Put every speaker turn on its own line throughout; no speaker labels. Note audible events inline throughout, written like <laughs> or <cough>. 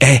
Eh,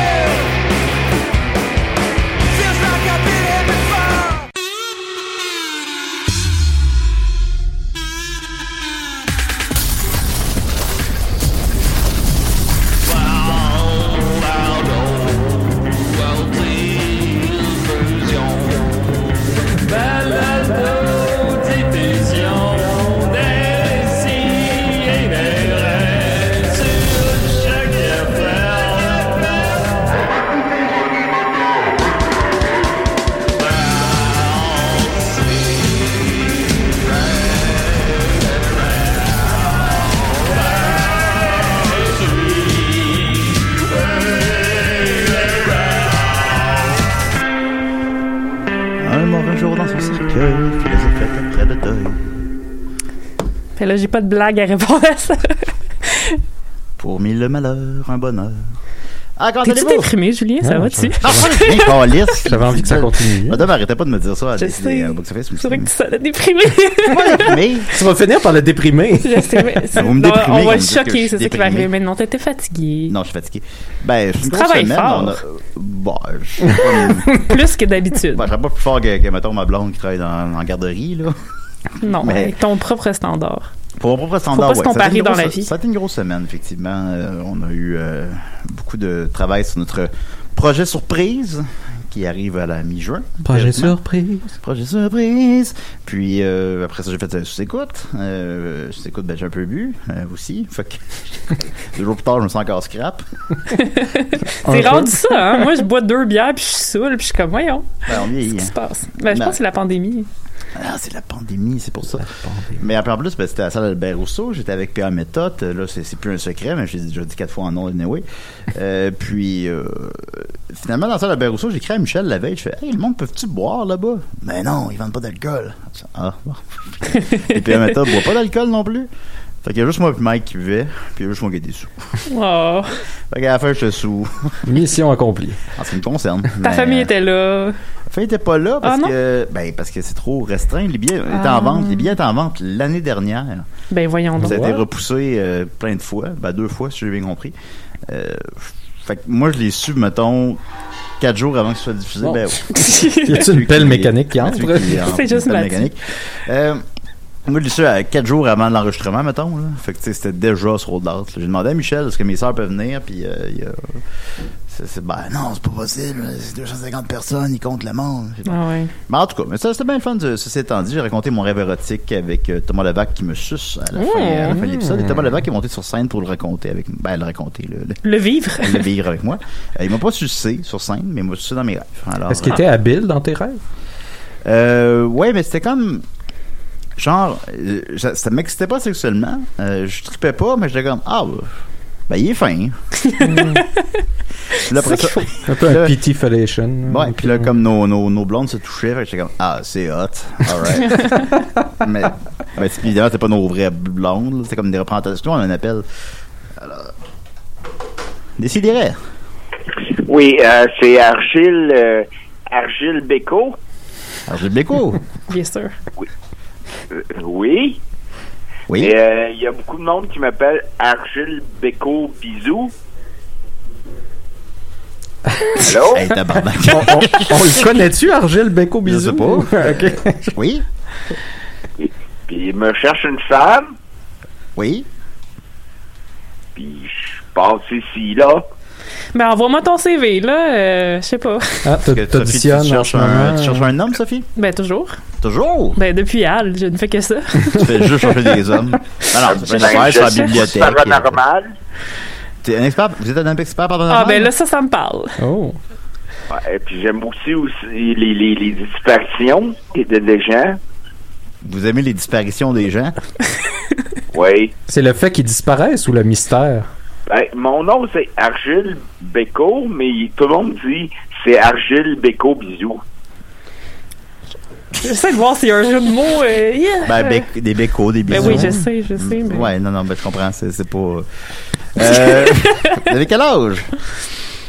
Un mauvais jour dans son cercueil, philosophette après le deuil.
Fait là, j'ai pas de blague à répondre à <laughs> ça.
Pour mille malheurs, un bonheur. Ah, quand
T'es-tu déprimé, Julien? Ça
Ah,
va-tu?
je-
J'avais
<laughs> J'avais envie que ça continue. hein.
Madame, Ah, arrêtez pas de me dire ça. euh,
Je sais. <laughs> C'est vrai que tu sonnes <laughs> déprimé.
Mais
Tu vas finir par le déprimer.
Restez-
Vous me
Non,
déprimez
On va
quand vous
être
dites que je
choqués,
suis
c'est ça qui va
déprimé.
arriver. Mais non, t'étais fatigué.
non, je suis fatigué. Ben, je suis une
Tu
grosse
travailles
semaine.
fort.
on a- Bon, je suis pas une-
Plus que d'habitude.
bon, je serais pas plus fort que, que, mettons, ma blonde qui travaille dans, en garderie, là.
Non,
mais-
avec ton propre standard.
Pour mon propre standard,
pas se
ouais, ça a été
comparer
une
dans
grosse-
la vie.
Ça a été une grosse semaine, effectivement. Euh, on a eu euh, beaucoup de travail sur notre projet surprise qui arrive à la mi-juin.
Projet
théoriquement.
surprise.
Projet surprise. Puis euh, après ça, j'ai fait euh, sous-écoute. Euh, sous-écoute, ben, j'ai un peu bu euh, aussi. Fait que <laughs> deux jours plus tard, je me sens encore scrap.
C'est rendu ça, hein? Moi, je bois deux bières, puis je suis saoule, puis je suis comme, voyons,
Ben, on vieillit.
qu'est-ce qui se passe? Ben, je
Non.
pense que c'est la pandémie.
Ah, c'est la pandémie, c'est pour ça. Mais après, en plus, ben, c'était à la salle Albert Rousseau. J'étais avec Pierre Méthode. Là, c'est, c'est plus un secret, mais j'ai déjà dit quatre fois en
<laughs>
nom, anyway. Euh, puis, euh, finalement, dans la salle Albert Rousseau, j'ai écrit à Michel la veille. Je fais Hey, le monde, peut-tu boire là-bas Mais non, ils vendent pas d'alcool. Ah,
<laughs>
bon. Et Pierre Méthode boit pas d'alcool non plus. Fait qu'il y a juste moi et Mike qui buvait, puis il y a juste moi qui était sous.
Oh,
Fait qu'à la fin,
<laughs>
j'étais sous.
<laughs> Mission accomplie.
En ce qui me concerne.
ta
Mais,
famille
euh,
était là.
Enfin, il était pas là parce
Ah, non?
que ben parce que c'est trop restreint. Les billets étaient
Ah.
en vente. Les billets étaient en vente l'année dernière.
Ben, voyons donc.
Ça a été
<laughs>
Ouais.
repoussé euh, plein de fois, ben deux fois si j'ai bien compris. Euh, fait que moi je l'ai su mettons quatre jours avant que ce soit diffusé.
Bon.
Ben, <laughs>
Y a-t-il une pelle mécanique qui entre? <laughs>
C'est juste
la
Mathieu.
mécanique. Euh, moi, je l'ai su à quatre jours avant l'enregistrement, mettons. Là. Fait que, tu sais, c'était déjà sur l'autre date. J'ai demandé à Michel, est-ce que mes sœurs peuvent venir? Puis, euh, il a... c'est, c'est- ben, non, c'est pas possible. C'est 250 personnes, ils comptent le monde. J'ai dit,
Ah ouais.
mais en tout cas, mais ça, c'était bien le fun. de- Ceci étant dit, j'ai raconté mon rêve érotique avec euh, Thomas Levac qui me suce à la fin, à la fin de l'épisode. Et
Mmh.
Thomas Levac est monté sur scène pour le raconter avec, ben, le raconter, le, le,
Le vivre. <laughs>
le vivre avec moi. Euh, il m'a pas sucé sur scène, mais il m'a sucé dans mes rêves. Alors,
Est-ce qu'il était habile dans tes rêves?
euh, ouais, mais c'était comme. Genre, euh, ça, ça m'excitait pas sexuellement. Euh, je tripais pas, mais j'étais comme, ah, bah, ben, il est fin.
Mmh.
Puis là, après ça,
Un peu
Le-
un pity fellation.
Ouais, puis là, comme nos, nos, nos blondes se touchaient, fait que j'étais comme, ah, c'est hot, alright.
<laughs>
mais, mais c'est- évidemment, c'était pas nos vraies blondes, là. c'était comme des représentations, Nous, on en appelle. Alors. Décidérez.
Oui, euh, c'est Argile, euh, Argile Bécaud.
Alors, j'ai le béco.
Bien sûr.
Euh, oui.
Oui.
Et, euh, Il y a beaucoup de monde qui m'appelle Argile Bécaud
<laughs>
Bisou. Allô?
hey, tabarnak.
On, <laughs> on- on le connaît-tu, Argile Beko
Je sais
Bisou?
pas.
<laughs> Ok.
oui,
Puis il me cherche une femme,
oui.
puis je passe ici, là.
Ben, envoie-moi ton CV, là. euh, je sais pas.
Ah, t'a-
Que Sophie, tu,
t'auditionnes en
cherches
ce
un,
moment.
tu cherches un homme, Sophie?
Ben, toujours.
Toujours?
Ben, depuis Al, je ne fais que ça.
tu fais juste chercher des <laughs> hommes. Alors, tu fais une
Ben,
affaire
je
sur la
cherche
bibliothèque.
Paranormal.
T'es un expert, vous êtes un expert paranormal?
Ah, ben là, ça, ça me parle.
Oh.
Ouais, et puis j'aime aussi, aussi les, les, les distractions des, des gens.
Vous aimez les disparitions des gens?
Oui.
C'est le fait qu'ils disparaissent ou le mystère?
Ben, mon nom, c'est Argile Bécaud, mais tout le monde dit c'est Argile Bécaud Bisou.
J'essaie de voir s'il y a un jeu de mots. euh, yeah.
Ben, bec- des becos, des
Ben
bisous.
oui, je sais, je sais. mais-
Ouais, non, non, ben, je comprends,
<laughs>
c'est, c'est pas. Euh, vous avez quel âge?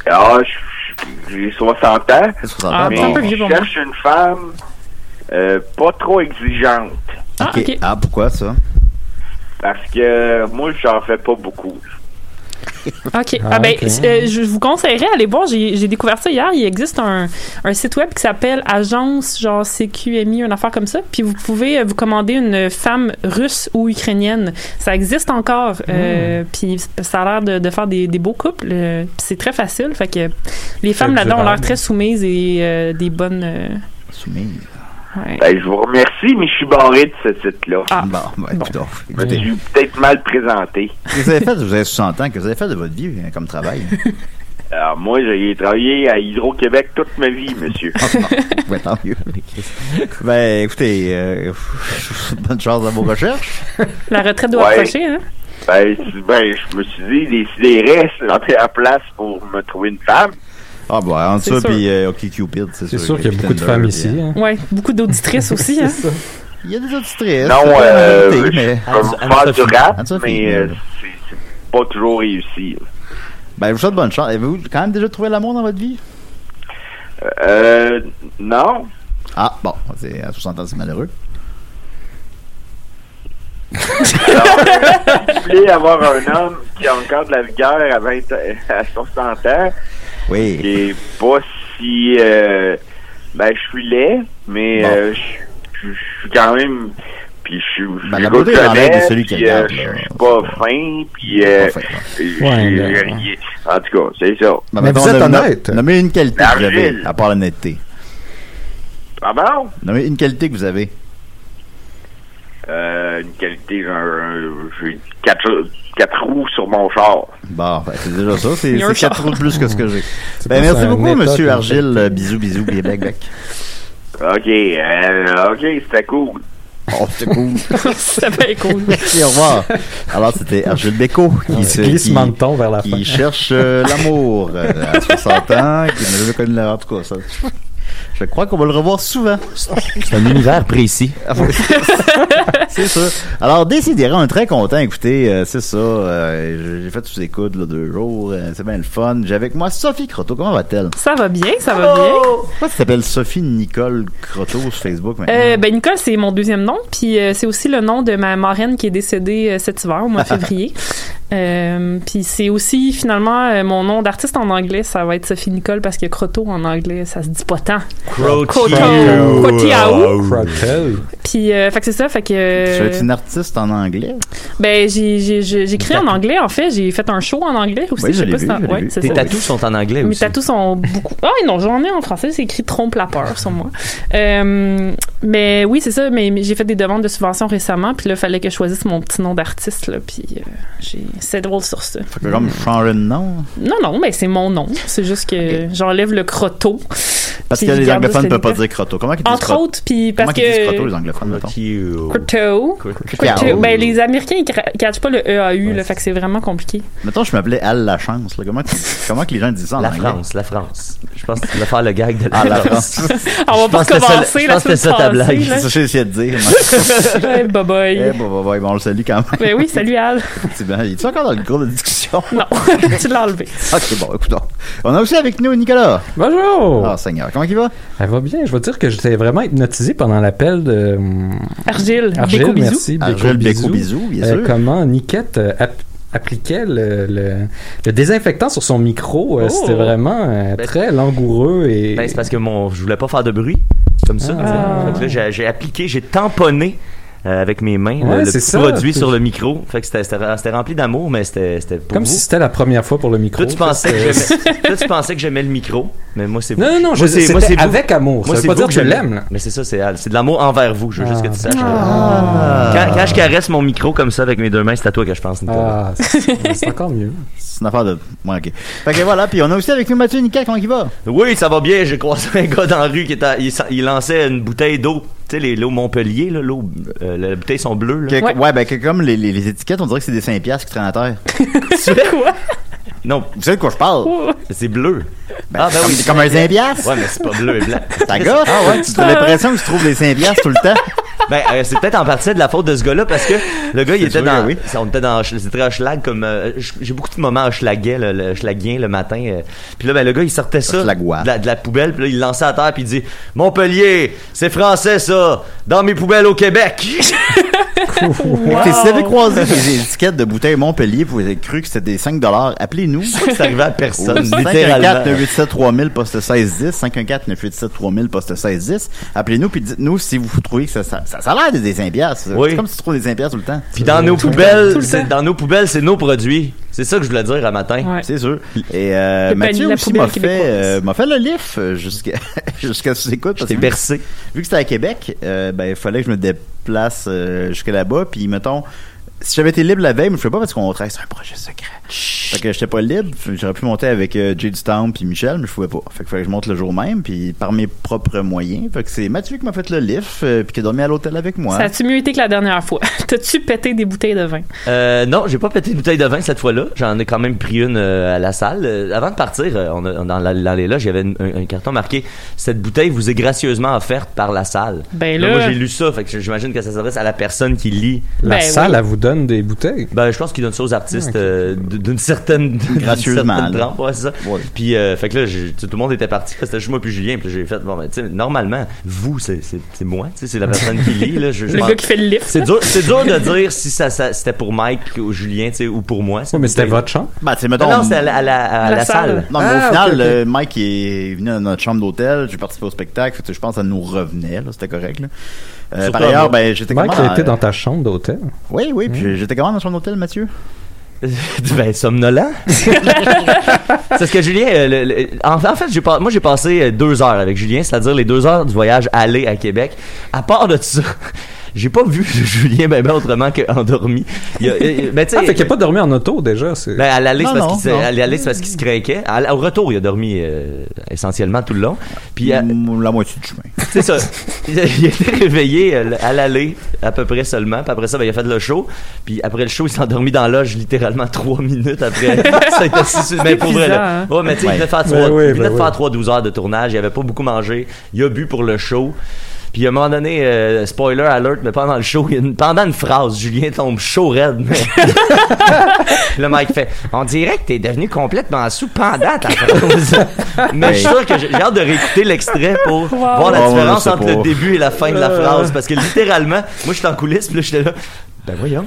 Ah, je- j'ai 60 ans.
60
Ah,
ans,
mais
c'est un peu
je
vieux pour
cherche une femme euh, pas trop exigeante.
Ah,
Ok.
ok.
Ah, pourquoi ça?
Parce que moi, j'en fais pas beaucoup.
OK. Ah,
Ah,
ben,
ok.
euh, je vous conseillerais d'aller voir. J'ai j'ai découvert ça hier. Il existe un, un site web qui s'appelle Agence, genre CQMI, une affaire comme ça. Puis vous pouvez euh, vous commander une femme russe ou ukrainienne. Ça existe encore.
Hmm.
euh, puis ça a l'air de, de faire des, des beaux couples. euh, puis c'est très facile. Fait que les femmes là-dedans ont l'air
durable.
très soumises et euh, des bonnes. euh,
Soumis.
ouais.
Ben, je vous remercie, mais je suis barré de ce site-là.
Ah.
Bon, ben,
Bon.
écoute,
Je
écoutez,
suis peut-être mal présenté.
qu'est-ce que vous avez fait? Vous avez 60 ans, que vous avez fait de votre vie hein, comme travail?
Alors, Ah, moi, j'ai travaillé à Hydro-Québec toute ma vie,
<laughs>
monsieur.
Ah, non. ouais, tant mieux. Ben, écoutez, euh, <laughs> bonne chance dans vos recherches.
La retraite doit
Ouais.
approcher. Hein?
Ben, c'est- ben, je me suis dit, les sidérés, c'est l'entrée à place pour me trouver une femme.
Ah, bon, en
C'est
dessous,
sûr.
puis euh, OkCupid, c'est sûr.
C'est sûr
et
qu'il y
puis
a beaucoup de
Tinder,
femmes
puis,
ici.
euh,
hein.
Ouais, beaucoup d'auditrices aussi. Hein?
C'est ça.
Il y a des auditrices.
non,
c'est pas
euh,
la
je
vérité, mais-
peux vous
Anne-Sophie.
faire du rap,
Anne-Sophie,
mais euh,
là.
c'est c'est pas toujours réussi.
Ben, je vous souhaite bonne chance. Avez-vous quand même déjà trouvé l'amour dans votre vie?
Euh,
<laughs>
non.
Ah, bon, c'est à 60 ans, c'est malheureux.
euh, Vous voulez avoir un homme qui a encore de la vigueur à, 20, à 60 ans,
Oui.
qui est pas si... euh, ben, je suis laid, mais
Bon.
euh, je je- je suis quand même... Puis je suis... je
Ben, la
me
beauté dans l'œil de
connais,
celui qui
puis, euh,
regarde,
Je
là.
suis pas fin, puis... euh,
Enfin, bon.
j'ai-
Ouais,
j'ai
ben,
rien. En tout cas, c'est ça.
Ben,
Mais
mettons,
vous êtes
nommez-
honnête.
Nommez une qualité que vous avez,
L'argile.
à part l'honnêteté.
Ah bon?
Nommez une qualité que vous avez.
Euh, une qualité, genre, euh, j'ai quatre, quatre roues sur mon char.
Bon, ben, c'est déjà ça. C'est
Il y a un
c'est quatre roues de plus que ce que j'ai.
C'est
Ben,
pas
merci
ça,
beaucoup,
un état
monsieur
comme-
Argile. Euh, Bisous, bisous, puis bec, bec.
OK, euh, OK, c'était cool.
Oh, c'est
<laughs>
cool.
ça fait cool.
Merci, au revoir. Alors, c'était Argile Beco euh, qui se.
Glissement de
qui-
ton vers la fin.
qui cherche euh, l'amour euh, à 60 ans, qui n'a jamais connu la... En tout cas, ça, je crois qu'on va le revoir souvent.
C'est un univers précis.
Ah oui. <laughs> c'est ça. Alors, Décidérant, on est très content. Écoutez, euh, c'est ça. euh, j'ai fait sous les coudes là, deux jours. euh, c'est bien le fun. J'ai avec moi Sophie Croteau. Comment va-t-elle? Oh!
Ça va bien, ça va bien.
Pourquoi tu t'appelles Sophie Nicole Croteau sur Facebook maintenant?
Euh, ben Nicole, c'est mon deuxième nom, puis euh, c'est aussi le nom de ma marraine qui est décédée euh, cet hiver, au mois de février. Euh, puis c'est aussi finalement euh, mon nom d'artiste en anglais, ça va être Sophie Nicole parce que Croteau en anglais, ça se dit pas tant. Croteau, Croteau.
Crotel.
Puis euh, fait que c'est ça, fait que
Tu
euh,
es une artiste en anglais.
ben j'ai j'ai j'ai- j'écris en anglais en fait, j'ai fait un show en anglais aussi,
Oui, je
je sais
l'ai
pas
vu,
si t'en-
je l'ai
ouais,
vu.
c'est
Tes
ça.
tatous sont en anglais
Mes
aussi.
tatous sont beaucoup. Ah, non, j'en ai en français, c'est écrit trompe la peur sur moi. Euh, mais oui, c'est ça. Mais, mais j'ai fait des demandes de subventions récemment, puis là, fallait que je choisisse mon petit nom d'artiste, là. Puis euh, j'ai. C'est drôle sur ça.
Fait que comme changer de nom.
Non, non, mais c'est mon nom. C'est juste que j'enlève le croteau.
Parce
Puis
que
je
les
garde
anglophones ne
ce
peuvent pas
nickel.
dire Croteau. Comment ils disent
Entre
Croteau?
autres, puis
Comment
parce
ils disent Croteau, les
que.
anglophones, mettons?
Croteau. Croteau. Ben, les Américains, ils cra- catchent pas le EAU, là. Fait que c'est vraiment compliqué.
Mettons, je m'appelais Al La Chance. là. Comment, que- comment que les gens disent ça en
La
anglais?
France, la France. Je pense que tu vas faire le gag de la
Ah, la
France.
France.
<laughs> On va pas
Je pense que c'est ça-
recommencer
je
la
pense
semaine
que c'est ça ta blague.
passée,
C'est ça
là.
que j'essayais de dire.
<laughs>
<laughs>
Ouais, Bye
Eh,
Euh,
bye.
bon, bon, bon, bon, on le salue quand même.
Ben oui, salut Al.
Effectivement. Il est encore dans le cours de discussion? <laughs>
Non, <laughs> tu l'as enlevé.
Ok, bon, écoutons. On a aussi avec nous Nicolas.
<laughs> Bonjour!
Ah, Seigneur, comment il va?
Elle va bien. Je vais dire que j'étais vraiment hypnotisé pendant l'appel de hum,
Argile,
Argile.
beaucoup bisous.
merci.
Argel
bisous.
Beco Bisou, bien
Euh,
sûr.
comment Niquette euh, app- appliquait le, le- le désinfectant sur son micro.
Oh.
euh, C'était vraiment euh,
Ben,
très langoureux et...
Ben, c'est parce que mon, je voulais pas faire de bruit, comme ça.
Ah.
Fait que là, j'ai, j'ai appliqué, j'ai tamponné euh, avec mes mains
Ouais,
le- le
c'est
petit
ça.
produit
Puis-
sur le micro. Fait que c'était, c'était- c'était rempli d'amour, mais c'était, c'était pour
Comme
vous.
si c'était la première fois pour le micro.
Toi tu, pensais que
C'était- <laughs>
j'aimais- toi, tu pensais que j'aimais le micro, mais moi, c'est
Non,
vous.
non, non,
Moi,
je-
c'est-
c'était
moi, c'est vous.
avec amour.
Moi,
ça
c'est
veut pas
vous
dire que je
j'aime.
l'aime. là.
Mais c'est ça, c'est Al. C'est de l'amour envers vous. Je veux juste
Ah.
que tu saches. Quand, quand je caresse mon micro comme ça avec mes deux mains, c'est à toi que je pense,
Ah,
Nicolas.
c'est c'est encore mieux.
C'est une affaire de. Ouais, ok. Fait que voilà, puis on a aussi avec nous Mathieu Nicolas, comment il va?
Oui, ça va bien. J'ai croisé un gars dans la rue qui était, à- il, sa- il lançait une bouteille d'eau. Tu sais, les- l'eau Montpellier, là, l'eau, euh, les bouteilles sont bleues. Là.
Que-
Ouais.
ben, que comme les, les- les étiquettes, on dirait que c'est des 5 piastres qui traînent à terre.
<laughs> Quoi?
Non,
Vous savez de quoi je parle?
Oh.
c'est bleu. Ah, ben
comme-
oui,
c'est comme un 5 piastres.
Ouais, mais c'est pas bleu et blanc.
Ça gosse.
Ah
Tu as l'impression que tu trouves les 5 piastres tout le
<laughs>
temps.
Ben, euh, c'est peut-être en partie de la faute de ce gars-là parce que le gars, il était
C'est sûr,
dans.
oui.
On était dans. C'était très schlag comme. euh, j- J'ai beaucoup de moments schlaguais, le, le hochelaguien le matin. euh. Puis là, ben, le gars, il sortait ça
Hochelagois.
de la, de la poubelle, puis là, il le lançait à terre, puis il dit Montpellier, c'est français ça, dans mes poubelles au Québec. <laughs>
Écoutez, Si vous avez croisé les étiquettes de bouteilles Montpellier, vous avez cru que c'était des 5
<laughs>
appelez-nous. Oh,
c'est arrivé à personne, littéralement.
514 987 3000 poste 1610 514 987 3000 poste 1610 appelez-nous puis dites-nous si vous trouvez que ça ça, ça, ça a l'air des 5 piastres.
Oui.
c'est comme si tu trouves des 5 piastres tout le temps
Puis dans nos poubelles, c'est- dans nos poubelles, c'est nos produits. C'est ça que je voulais dire à matin.
Ouais.
c'est sûr et euh,
Le panier de
Mathieu
la
aussi
poubelle
m'a fait
québécoise.
euh, m'a fait le lift euh, jusqu'à <laughs> jusqu'à ce que écoutes parce
J'étais
que
bercé.
vu que c'était à Québec, euh, ben il fallait que je me déplace euh, jusque là-bas. Puis mettons, si j'avais été libre la veille, mais je sais pas parce qu'on travaille sur un projet secret. Fait que j'étais pas libre, fait que j'aurais pu monter avec euh, Jay Dutown puis Michel, mais je pouvais pas. Fait que fallait que je monte le jour même, puis par mes propres moyens. Fait que c'est Mathieu qui m'a fait le lift, euh, puis qui a dormi à l'hôtel avec moi.
Ça a-tu mieux été que la dernière fois? <laughs> T'as-tu pété des bouteilles de vin?
Euh, non, j'ai pas pété de bouteille de vin cette fois-là. J'en ai quand même pris une euh, à la salle. Euh, avant de partir, euh, on a- on- dans, la, dans les loges, il y avait une- un, un carton marqué Cette bouteille vous est gracieusement offerte par la salle.
Ben
Là,
là-
moi, j'ai lu ça, fait que j'imagine que ça s'adresse à la personne qui lit.
La
Ben
salle,
oui.
elle vous donne des bouteilles.
Ben, je pense qu'il donne ça aux artistes
Ah, ok.
euh, d- d'une certaine. <laughs> d'une
Gracieusement,
certaine
là.
trempe, ouais, c'est ça.
Ouais.
Puis, euh, fait que là, j'ai- tout le monde était parti. C'était juste moi puis Julien. Puis là, j'ai fait, bon, ben, tu sais, normalement, vous, c'est c'est- c'est moi, tu sais, c'est la personne qui lit. Là, je, je
Le
m'en-
gars qui fait le lift.
c'est dur, c'est dur de dire si ça, ça- c'était pour Mike ou Julien, tu sais, ou pour moi.
Oui, mais c'était
votre
votre champ.
Ben, c'est
Ah Non,
mettons.
non, c'est à la, à la- à
La
la salle.
salle.
Non, mais
Ah,
au final,
ok, ok.
euh, Mike est venu dans notre chambre d'hôtel, j'ai participé au spectacle, fait que je pense que ça nous revenait, là, c'était correct. Là. Euh,
Surtout
par
à
ailleurs,
moi.
ben, j'étais
Mike,
comment,
il était Hmm.
euh,
dans ta chambre d'hôtel.
Oui, oui, puis j'étais comment dans la chambre d'hôtel, Mathieu?
<laughs> ben,
<laughs>
somnolent. c'est ce que Julien. euh, le- le- en, en fait, j'ai pas, moi, j'ai passé euh, deux heures avec Julien, c'est-à-dire les deux heures du voyage aller à Québec. À part de ça. <laughs> J'ai pas vu <laughs> Julien ben, ben autrement qu'endormi. Il y a- euh, ben, tu sais,
Ah, fait qu'il n'a pas dormi en auto déjà. c'est-
Ben, à l'aller, c'est
Non,
parce qu'il
non,
se-
non.
à l'aller, c'est parce qu'il se craquait. À l- au retour, il a dormi euh, essentiellement tout le long. Puis, euh, à-
Mm, La moitié du chemin.
C'est ça. Il a il a été réveillé euh, à l'aller, à peu près seulement. Puis après ça, ben, il a fait le show. Puis après le show, il s'est endormi dans la loge littéralement <laughs> trois minutes après. ça a été assis sur- Mais pour vrai, là. Ouais, mais tu sais, il venait de faire trois,
Ben oui,
il venait
ben
de faire
oui.
trois 12 heures de tournage. Il avait pas beaucoup mangé. Il a bu pour le show. Puis à un moment donné, euh, spoiler alert, mais pendant le show, il y a une- pendant une phrase, Julien tombe chaud raide. mais- Puis le Mike fait On dirait que t'es devenu complètement sous pendant ta phrase. Mais je suis sûr que j'ai j'ai hâte de réécouter l'extrait pour voir la
Ah, Ouais, ouais,
différence
je sais
entre
pas.
le début et la fin de la
Euh.
phrase. Parce que littéralement, moi, j'étais en coulisses, puis là, j'étais là. Ben voyons.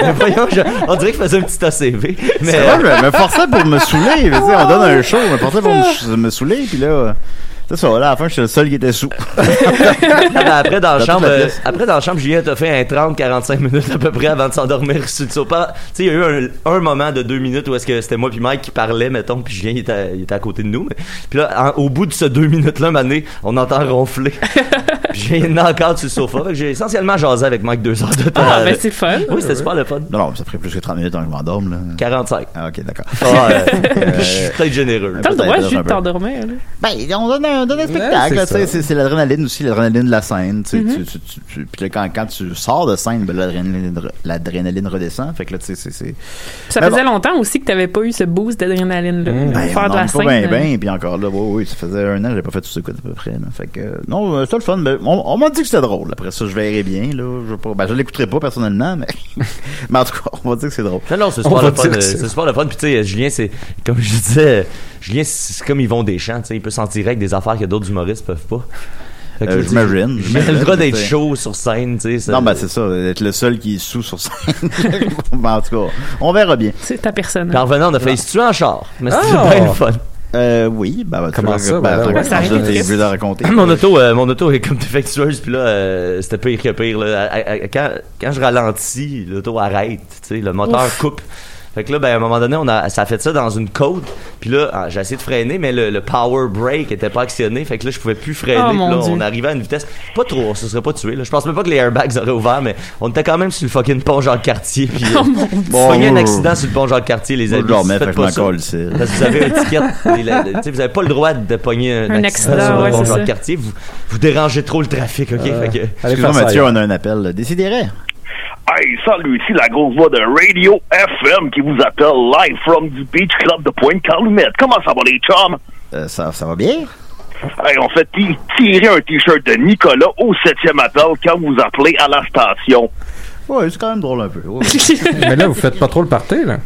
ben voyons, je- on dirait qu'il faisait un petit ACV. Mais euh,
C'est vrai, je me forçais pour me saouler. je veux dire, on donne un show, je me forçais pour me, ch- me saouler, puis là, euh, c'est ça, là, à la fin, j'étais le seul qui était sous. <laughs>
euh, après, dans la
Dans
chambre,
toute la
euh,
pièce.
après, dans la chambre, Julien t'a fait un 30-45 minutes à peu près avant de s'endormir sur le sofa. Tu sais, il y a eu un, un moment de deux minutes où est-ce que c'était moi puis Mike qui parlait, mettons, puis Julien, il était, il était à côté de nous. mais- Puis là, en- au bout de ce deux minutes-là, mané, on entend
<laughs>
ronfler. puis j'ai une encore sur le sofa. Fait que j'ai essentiellement jasé avec Mike deux heures de temps.
Ah, ben c'est fun.
Oui, c'était super le fun.
Non, non, ça ferait plus que 30 minutes avant que je m'endorme, là.
45.
Ah, ok, d'accord.
Ah, euh, <laughs> je suis peut-être généreux.
T'as le droit
Peut-être,
juste
un
de
peu.
t'endormir. là.
Ben, on donne un, on donne un
Ouais, c'est
spectacle, là, tu sais,
ça.
c'est c'est l'adrénaline aussi, l'adrénaline de la scène, tu sais, tu- tu- tu- tu- puis là, quand, quand tu sors de scène, ben, l'adrénaline re- l'adrénaline redescend, fait que là, tu sais, c'est- c'est...
Puis ça
Mais
faisait longtemps aussi que t'avais pas eu ce boost d'adrénaline-là.
Mmh.
Pour
Ben,
faire
on
de la
en
scène.
pas bien,
euh,
bien, puis encore là, oui, oui, ça faisait un an, j'avais pas fait tout ça, quoi, à peu près, là. Fait que, euh, non, euh, c'était le fun, mais on, on m'a dit que c'était drôle, après ça, je verrai bien, là, je, vais pas- ben, je l'écouterai pas personnellement, mais, <laughs> mais en tout cas, on va dire que c'est drôle.
Non, non, c'est
On
super
va
le fun.
dire
euh,
que c'est-
C'est super le fun. Puis, tu sais, Julien, c'est, comme je disais, euh, Julien, c'est comme ils vont des champs, tu sais. Il peut s'en tirer avec des affaires que d'autres humoristes peuvent pas. Fait que
Euh,
je dis,
j'imagine,
Julien a le
j'imagine,
droit d'être
tu sais.
chaud sur scène, tu sais. ça-
Non, ben c'est ça, être le seul qui est sous sur
<laughs>
scène. <laughs> Ben, en tout cas, on verra bien.
C'est ta personne. <laughs>
Puis en revenant, on a failli se tuer en char. Mais c'était
Ah!
bien le fun.
Euh, oui, ben, ben, tu
Comment
veux-
ça,
ben,
voilà,
tu
ouais.
veux-
Ça aurait
je
été
t'ai
triste.
vu la
<laughs>
raconter.
mon auto, euh, mon auto est comme défectueuse, puis là, euh, c'était pire que pire. Là. À- à- à- quand, quand je ralentis, l'auto arrête, tu sais, le moteur
Ouf.
coupe. Fait que là, ben, à un moment donné, on a, ça a fait ça dans une côte. Puis là, ah, j'ai essayé de freiner, mais le, le power brake était pas actionné. Fait que là, je pouvais plus freiner.
Oh,
Puis
mon
là,
Dieu.
on arrivait à une vitesse pas trop, on se serait pas tué. là. Je pense même pas que les airbags auraient ouvert, mais on était quand même sur le fucking pont Jean-Cartier.
<laughs>
Puis euh,
Oh, mon
bon, il y a eu un
Dieu.
accident sur le pont Jean-Cartier, les
euh, Moi,
amis.
je le remets,
faites
fait que je
pas
m'en
ça.
colle ici.
Parce que vous avez un ticket, les- la- tu sais, vous avez pas le droit de pogner un,
Un accident,
sur le
ouais, c'est
pont Jean-Cartier
ça.
quartier, vous, vous dérangez trop le trafic, ok?
Euh,
Fait que-
allez
Excuse-moi,
faire ça
Mathieu,
ailleurs.
on a un appel. Décidérez.
Hey, salut, ici la grosse voix de Radio FM qui vous appelle live from du Beach Club de Pointe-Calumet. Comment ça va les chums?
Euh, ça, ça va bien?
Hey, on fait ti- tirer un t-shirt de Nicolas au septième appel quand vous appelez à la station.
Ouais, c'est quand même drôle un peu. ouais.
<laughs>
Mais là, vous faites pas trop le party,
<laughs>
là.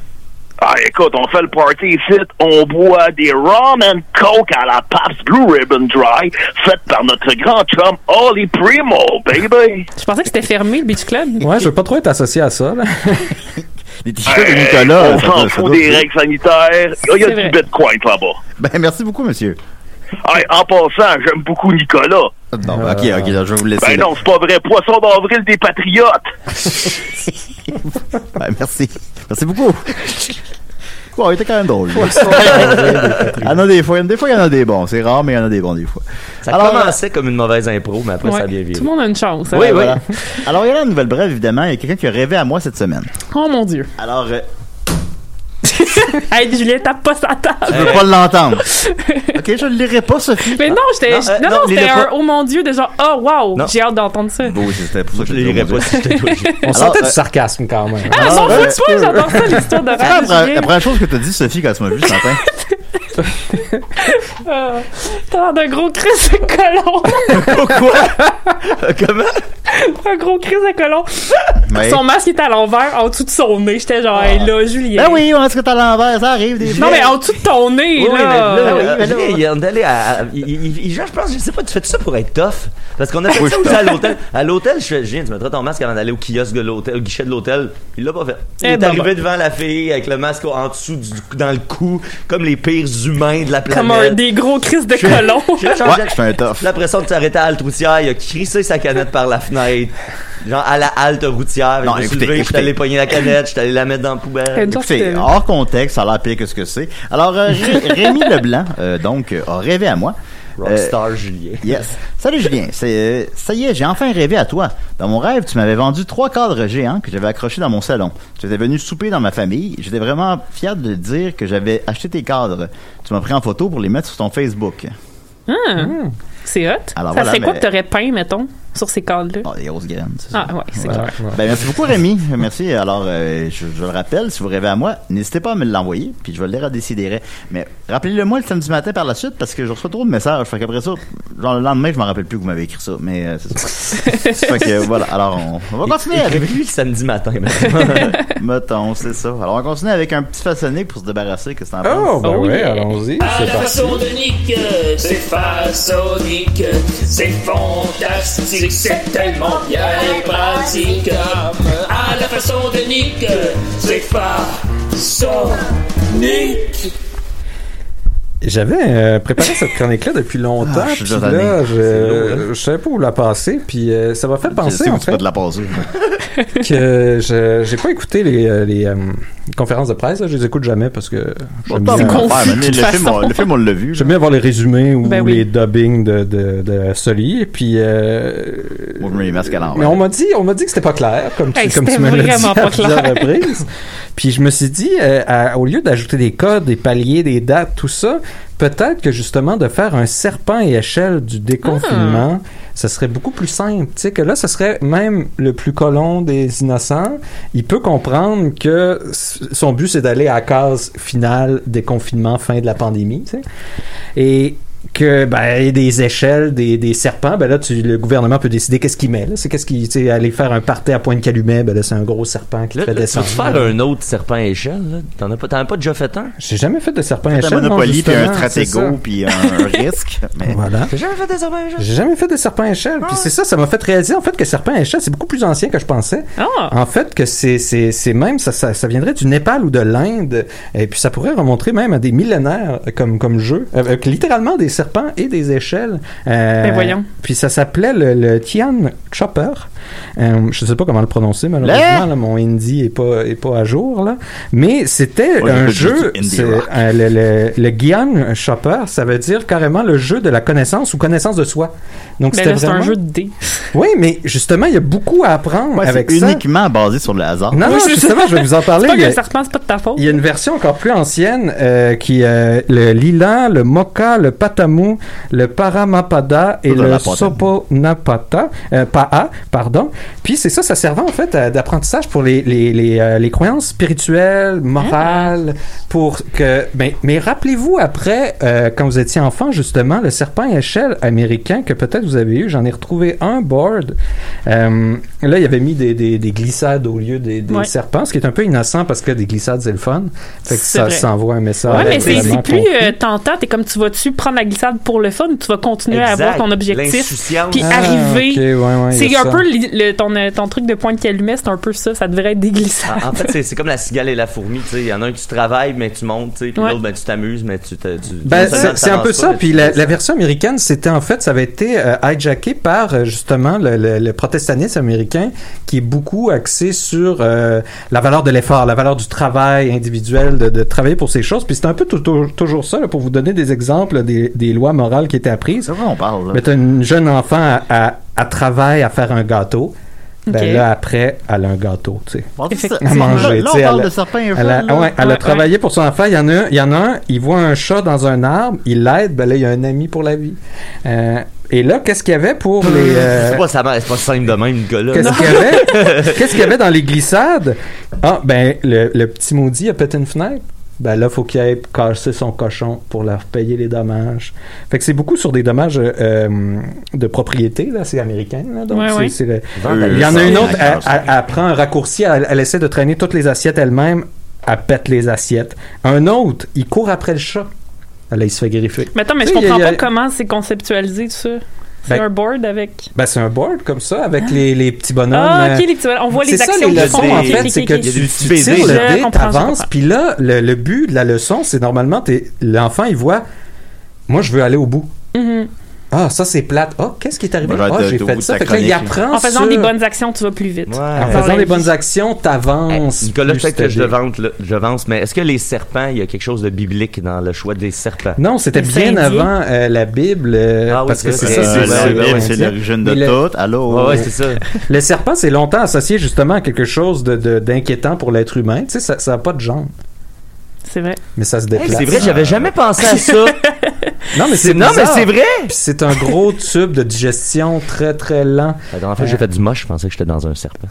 Ah, écoute, on fait le party ici, on boit des rum and coke à la Pabst Blue Ribbon Dry, faite par notre grand chum Oli Primo, baby.
Je pensais que c'était fermé, le Beach Club.
Ouais, je veux pas trop être associé à ça, là.
Les t-shirts de
Hey,
Nicolas.
on
ça
s'en
doit- ça
fout
doit-
des règles sanitaires. Il y a
C'est vrai.
du bitcoin là-bas.
Ben, merci beaucoup, monsieur.
Hey, en passant, j'aime beaucoup Nicolas.
Non, ben, ok, ok, là, je vais vous laisser.
Ben
là. <laughs>
non, c'est pas vrai. Poisson d'avril des patriotes.
Ben, merci. Merci <laughs> beaucoup. Bon, il était quand même drôle. lui. <laughs> il y en a des fois, des fois, il y en a des bons. C'est rare, mais il y en a des bons des fois.
Ça
Alors, euh,
commençait comme une mauvaise impro, mais après,
Ouais.
ça a bien
Tout
viré.
le monde a une chance. hein.
Oui, oui.
Voilà. <laughs> Alors, il y a la nouvelle brève, évidemment. Il y a quelqu'un qui a rêvé à moi cette semaine.
Oh mon Dieu.
Alors, euh,
Hey, Julien, tape pas sa table.
je veux pas l'entendre. <laughs> ok, je ne lirai pas, Sophie.
Mais non, j'étais.
Non, euh,
Non, non,
non, les
c'était
deux
un
fois-
oh mon Dieu, de genre, oh wow,
Non.
j'ai hâte d'entendre ça.
Bon, c'était pour ça que
Je
je
lirais pas si j'étais toi.
On sentait
euh,
du sarcasme, quand même.
Ah, j'en
ouais,
fous de toi, j'entends ça, l'histoire de
C'est quoi la,
Rage.
pre- la première chose que t'as dit, Sophie, quand tu m'as vu ce <laughs> matin?
Euh, T'as d'un gros crise de colon.
<laughs>
<laughs>
Comment?
un gros crise de colon.
Mais-
Son masque était à l'envers, en dessous de son nez. J'étais genre, hey, là, Julien.
Ben oui, on est-ce que t'as l'envers? Ça arrive des
Non, mais en dessous de ton nez,
Oui, oui,
Ah là. Ben
mais là,
oui, mais là-
Julien, il est allé à- à- il- il- il- genre, je pense, je sais pas, tu fais tout ça pour être tough. Parce qu'on a fait ça aussi à l'hôtel. À l'hôtel, je fais, Julien, tu mettras ton masque avant d'aller au kiosque de l'hôtel, au guichet de l'hôtel. Il l'a pas fait. Il
Eh
est
ben,
arrivé
ben.
devant la fille avec le masque en dessous, du- dans le cou, comme les pires humains de la planète.
Comme un des gros crises de colon.
J'ai changé-
Ouais, je fais un tough.
La pression de s'arrêter à halte routière, il a crissé sa canette par la fenêtre. Genre à la halte routière,
Non,
je me suis
écoutez,
levé, je suis
écoutez.
allé pogner la canette, je suis allé la mettre dans la
Euh,
poubelle.
C'est hors contexte, ça a l'air pire que ce que c'est. Alors, euh, Ré- Rémi Leblanc, euh, donc, euh, a rêvé à moi. Euh,
Rockstar Julien.
Yes. Salut Julien, c'est euh, ça y est, j'ai enfin rêvé à toi. Dans mon rêve, tu m'avais vendu trois cadres géants que j'avais accrochés dans mon salon. Tu étais venu souper dans ma famille. J'étais vraiment fier de dire que j'avais acheté tes cadres. Tu m'as pris en photo pour les mettre sur ton Facebook.
Ah, C'est hot.
Alors
ça
voilà,
serait quoi
mais-
que t'aurais peint, mettons, sur ces cadres-là?
Oh, des grosses graines. c'est ça.
Ah, ouais, c'est
Ouais,
clair.
ouais.
Ben, merci beaucoup Rémi. Merci. Alors euh, je, je le rappelle, si vous rêvez à moi, n'hésitez pas à me l'envoyer, puis je vais le lire à décider. Mais rappelez-le moi le samedi matin par la suite parce que je reçois trop de messages. Fait qu'après ça, genre le lendemain, je me rappelle plus que vous m'avez écrit ça. Mais euh, c'est ça. fait que voilà. Alors on, on va continuer avec
<laughs>
<laughs>
Écrivez lui le samedi matin. maintenant.
Mettons, c'est ça. Alors, on continue avec un petit façonné pour se débarrasser. Qu'est-ce que t'en
Oh,
penses?
ben
Oh,
ouais,
yeah.
allons-y.
À
Ah,
C'est
Ah, la
parti.
façon de Nick, euh, c'est façonnique, c'est fantastique, c'est tellement bien et pratique. À la façon de Nick, euh, c'est façonnique.
J'avais euh, préparé cette chronique-là depuis longtemps,
Ah, je suis
puis
désolé.
là,
C'est hein.
je, je savais pas où la passer, puis euh, ça m'a fait
Je sais
penser
où
en
tu vas
fait
de la passer.
que je j'ai pas écouté les, euh, les, euh, conférences de presse, là. je les écoute jamais parce que j'aime
Bon,
bien,
on va
confus,
faire,
de
mais
toute
le, film,
façon.
on, le film, on l'a vu. là.
j'aime bien voir les résumés ou
Ben oui.
les dubbings de de, de Soli, et puis euh,
Moi, je mets les masques à l'envers.
Mais on m'a dit, on m'a dit que c'était pas clair, comme tu,
Hey,
comme tu
c'était
me l'as dit
vraiment
à
pas
plusieurs
clair.
reprises. Puis je me suis dit, euh, à- au lieu d'ajouter des codes, des paliers, des dates, tout ça, peut-être que justement de faire un serpent et échelle du déconfinement,
Ah.
ça serait beaucoup plus simple. Tu sais que là, ce serait même le plus colon des innocents. Il peut comprendre que s- son but c'est d'aller à la case finale des confinements, fin de la pandémie. tu sais. Et que ben, il y a des échelles, des, des serpents, ben là, tu, le gouvernement peut décider qu'est-ce qu'il met. là. C'est qu'est-ce qu'il, tu sais, aller faire un party à pointe calumet, ben là, c'est un gros serpent qui
Là,
fait
là, tu veux
descendre.
faire un autre serpent à échelle? là? T'en as, pas- t'en as pas déjà fait un?
J'ai jamais fait de serpent à
C'est un
échelle. non,
Monopoly, puis un
justement, c'est
stratégo, puis un, un risque.
ça.
Mais
Voilà.
T'as jamais fait des serpents à échelle? Ah.
J'ai jamais fait de serpent à échelle. Puis c'est ça, ça m'a fait réaliser en fait que serpent à échelle, c'est beaucoup plus ancien que je pensais.
Ah!
En fait, que c'est, c'est, c'est même, ça, ça, ça viendrait du Népal ou de l'Inde, et puis ça pourrait remonter même à des millénaires euh, comme, comme jeu, Euh, avec littéralement des serpents et des échelles. Euh,
Ben voyons.
Puis ça s'appelait le, le Tian Chopper. Euh, je sais pas comment le prononcer, malheureusement,
Le-
là, mon hindi est pas, est pas à jour, là. Mais c'était
Moi,
un
j'écoute
jeu,
juste du indie
c'est,
rock.
euh, le, le, le Gyan Chopper, ça veut dire carrément le jeu de la connaissance ou connaissance de soi. Donc
Ben
c'était
là, c'est un
vraiment-
jeu de dés.
Oui, mais justement, il y a beaucoup à apprendre
Ouais,
avec
c'est
ça.
uniquement basé sur le hasard.
Ah,
Non,
Oui,
non,
c'est
justement,
ça.
je vais vous en
<laughs> C'est
parler.
pas
Il y
que
a-
le serpent, c'est pas de ta faute.
il y a une version encore plus ancienne euh, qui euh, le lilan, le moka, le patamu, le paramapada et
Tout dans
le
la potane.
soponapata, euh, paa, pardon. pardon. Puis c'est ça, ça servait en fait à- d'apprentissage pour les, les, les, euh, les croyances spirituelles, morales, pour que... Mais, mais rappelez-vous après, euh, quand vous étiez enfant, justement, le serpent à échelle américain que peut-être vous avez eu, j'en ai retrouvé un board. Euh, là, il avait mis des, des, des glissades au lieu des, des
Ouais.
serpents, ce qui est un peu innocent parce que des glissades, c'est le fun. Fait que
C'est
ça
vrai.
s'envoie un message.
Ouais, mais c'est
vraiment
c'est plus
concret.
euh, tentant. T'es comme tu vas-tu prendre la glissade pour le fun ou tu vas continuer à
Exact.
avoir ton objectif?
L'insouciance.
Puis
Ah,
arriver.
ok, ouais, ouais, il
C'est
y a
un
ça.
peu li- le- ton, euh, ton truc de pointe calumet, c'est un peu ça. Ça devrait être des
Ah.
glissades.
Ah, En en fait, c'est- c'est comme la cigale et la fourmi. tu sais. Il y en a un que tu travailles, mais tu montes, tu sais, puis
Ouais.
l'autre, ben, tu t'amuses, mais tu. te- tu
Ben,
non seulement
c'est
tu
c'est un peu
t'avances pas,
ça.
mais
Puis
tu
la,
fais
la
ça.
version américaine, c'était en fait, ça avait été euh, hijacké par euh, justement le, le- le protestantisme américain qui est beaucoup axé sur euh, la valeur de l'effort, la valeur du travail individuel, de, de travailler pour ces choses. Puis c'est un peu tou- tou- toujours ça, là, pour vous donner des exemples des, des lois morales qui étaient apprises.
C'est vrai, Ah, on parle. là.
Mais t'as une jeune enfant à, à, à travail à faire un gâteau. Ben
Ok.
là, après, elle a un gâteau, tu sais.
On dit ça-
À manger,
Là,
tu
on
sais,
parle
elle-
de serpent et
Elle a,
folle, là.
ouais, elle a
Ouais,
travaillé pour son enfant. Il y en a, un- il y en a un, il voit un chat dans un arbre, il l'aide, ben là, il y a un ami pour la vie. Euh, et là, qu'est-ce qu'il y avait pour les... euh,
C'est pas, Hum. ça marche, c'est pas simple de même, Nicolas.
Qu'est-ce qu'il y
<laughs>
avait? Qu'est-ce qu'il y avait dans les glissades? Ah, ben, le, le petit maudit a pété une fenêtre. Ben là, faut qu'il aille casser son cochon pour leur payer les dommages. Fait que c'est beaucoup sur des dommages euh, euh, de propriété, là, c'est américain, là. Donc,
Ouais,
c'est-
ouais.
c'est le-
Vandalisme.
Il y en a une autre, elle,
D'accord, ça.
elle- elle prend un raccourci, elle, elle essaie de traîner toutes les assiettes elle-même, elle pète les assiettes. Un autre, il court après le chat. Là, il se fait griffer.
Mais attends, mais je
Tu sais,
comprends
il y a-
pas comment c'est conceptualisé tout ça. C'est
Ben-
un board avec.
Ben, c'est un board comme ça, avec les, les petits bonhommes.
Ah,
euh,
ok, les- tu vois, on voit
C'est
les
ça,
actions
les
qu'ils
leçons,
font.
en
Ok,
fait,
ok,
c'est
ok,
que
ok.
tu,
du
tu
BD.
tires le
Je
dé,
comprends, je
t'avances,
comprends.
puis là, le, le but de la leçon, c'est normalement, t'es- l'enfant, il voit, moi, je veux aller au bout.
Mhm.
Ah, ça, c'est plate. Ah, qu'est-ce qui est arrivé?
Moi,
Ah,
j'arrête de-
j'ai
de-
fait
de
ça.
ta
Fait que là, il
chronique.
apprend
En faisant
sur-
des bonnes actions, tu vas plus vite. Ah,
Ouais.
En
Dans la
faisant des
vie.
bonnes actions, t'avances.
Hey, Eh, Nicolas,
plus
peut-être que je
t'aider.
le vante, là, je vante, mais est-ce que les serpents, il y a quelque chose de biblique dans le choix des serpents?
Non, c'était
Les
bien
Indiens.
avant euh, la Bible, euh,
Ah oui,
parce que
c'est
c'est
Euh,
ça. c'est-
vrai, vrai,
c'est-
la Bible,
ouais,
c'est
c'est-
l'origine de
Mais le- Ah,
tout. Allô?
Ouais, ouais, c'est ça.
Le serpent, c'est longtemps associé justement à quelque chose de- de- d'inquiétant pour l'être humain. Tu sais, ça- ça n'a pas de jambe,
C'est vrai.
mais ça se
Hey,
déplace.
c'est vrai, j'avais jamais pensé à ça.
Non, mais c'est
non, mais
bizarre.
<laughs> c'est vrai!
Puis c'est un gros tube de digestion très très lent.
La dernière fois que j'ai fait du moche, je pensais que j'étais dans un serpent.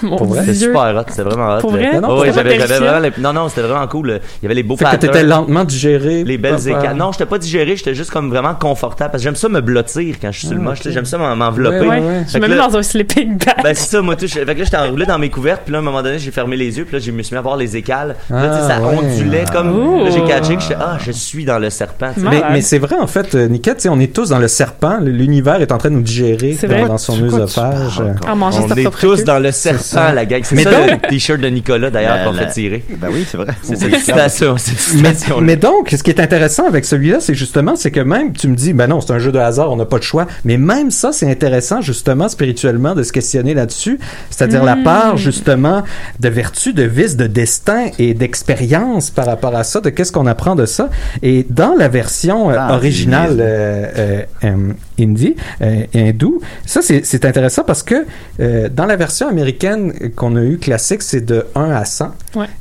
Mon
<laughs> Pour vrai?
C'était
Dieu.
super hot, c'était vraiment hot.
Pour vrai?
Ouais,
Non, non,
ouais,
c'était
j'avais-
pas
j'avais
terrifiant.
vraiment la- Non, non, c'était vraiment cool. Il y avait les beaux
Fait que t'étais
patterns.
lentement digéré.
Les
Pas-
belles
pas-
écailles. Non, j'étais pas digéré, j'étais juste comme vraiment confortable parce que j'aime ça me blottir quand je suis sur le
Ah,
moche,
ok.
tu sais, j'aime ça m'en- m'envelopper.
Ouais,
Ouais,
ouais.
Je
Fait
me
que
mets
là-
dans un sleeping bag.
<laughs> Ben c'est ça, moi tout. je- Fait que là j'étais enroulé dans mes couvertes, puis là à un moment donné j'ai fermé les yeux, puis là j'ai me suis mis à voir les écales. Puis là tu sais, ça
Ah, ouais.
ondulait comme.
Ouh.
Là j'ai catché que j'étais ah je suis dans le serpent. tu sais.
Mais,
Malade.
mais c'est vrai en fait, euh, Niket, tu sais, on est tous dans le serpent. L'univers est en train de nous digérer
C'est
dans,
vrai.
dans son
De quoi tu
œsophage.
parles,
À manger
On
sa
est
propre
tous
queue.
dans le serpent, la gang. C'est
Mais
ça
donc-
le t-shirt de Nicolas d'ailleurs
Ben,
qu'on
la-
fait tirer.
Ben oui, c'est vrai.
C'est une citation. C'est une
Mais,
citation.
mais donc, ce qui est intéressant avec celui-là, c'est justement, c'est que même tu me dis, ben non, c'est un jeu de hasard, on n'a pas de choix. Mais même ça, c'est intéressant justement spirituellement de se questionner là-dessus, c'est-à-dire la part justement de vertu, de vice, de destin et d'expérience par rapport à ça, de qu'est-ce qu'on apprend de ça. Et dans la version euh,
Ah,
originale
oui.
euh, euh, euh, hindi, euh, hindou, ça c'est c'est intéressant parce que euh, dans la version américaine qu'on a eu classique, c'est de 1 à 100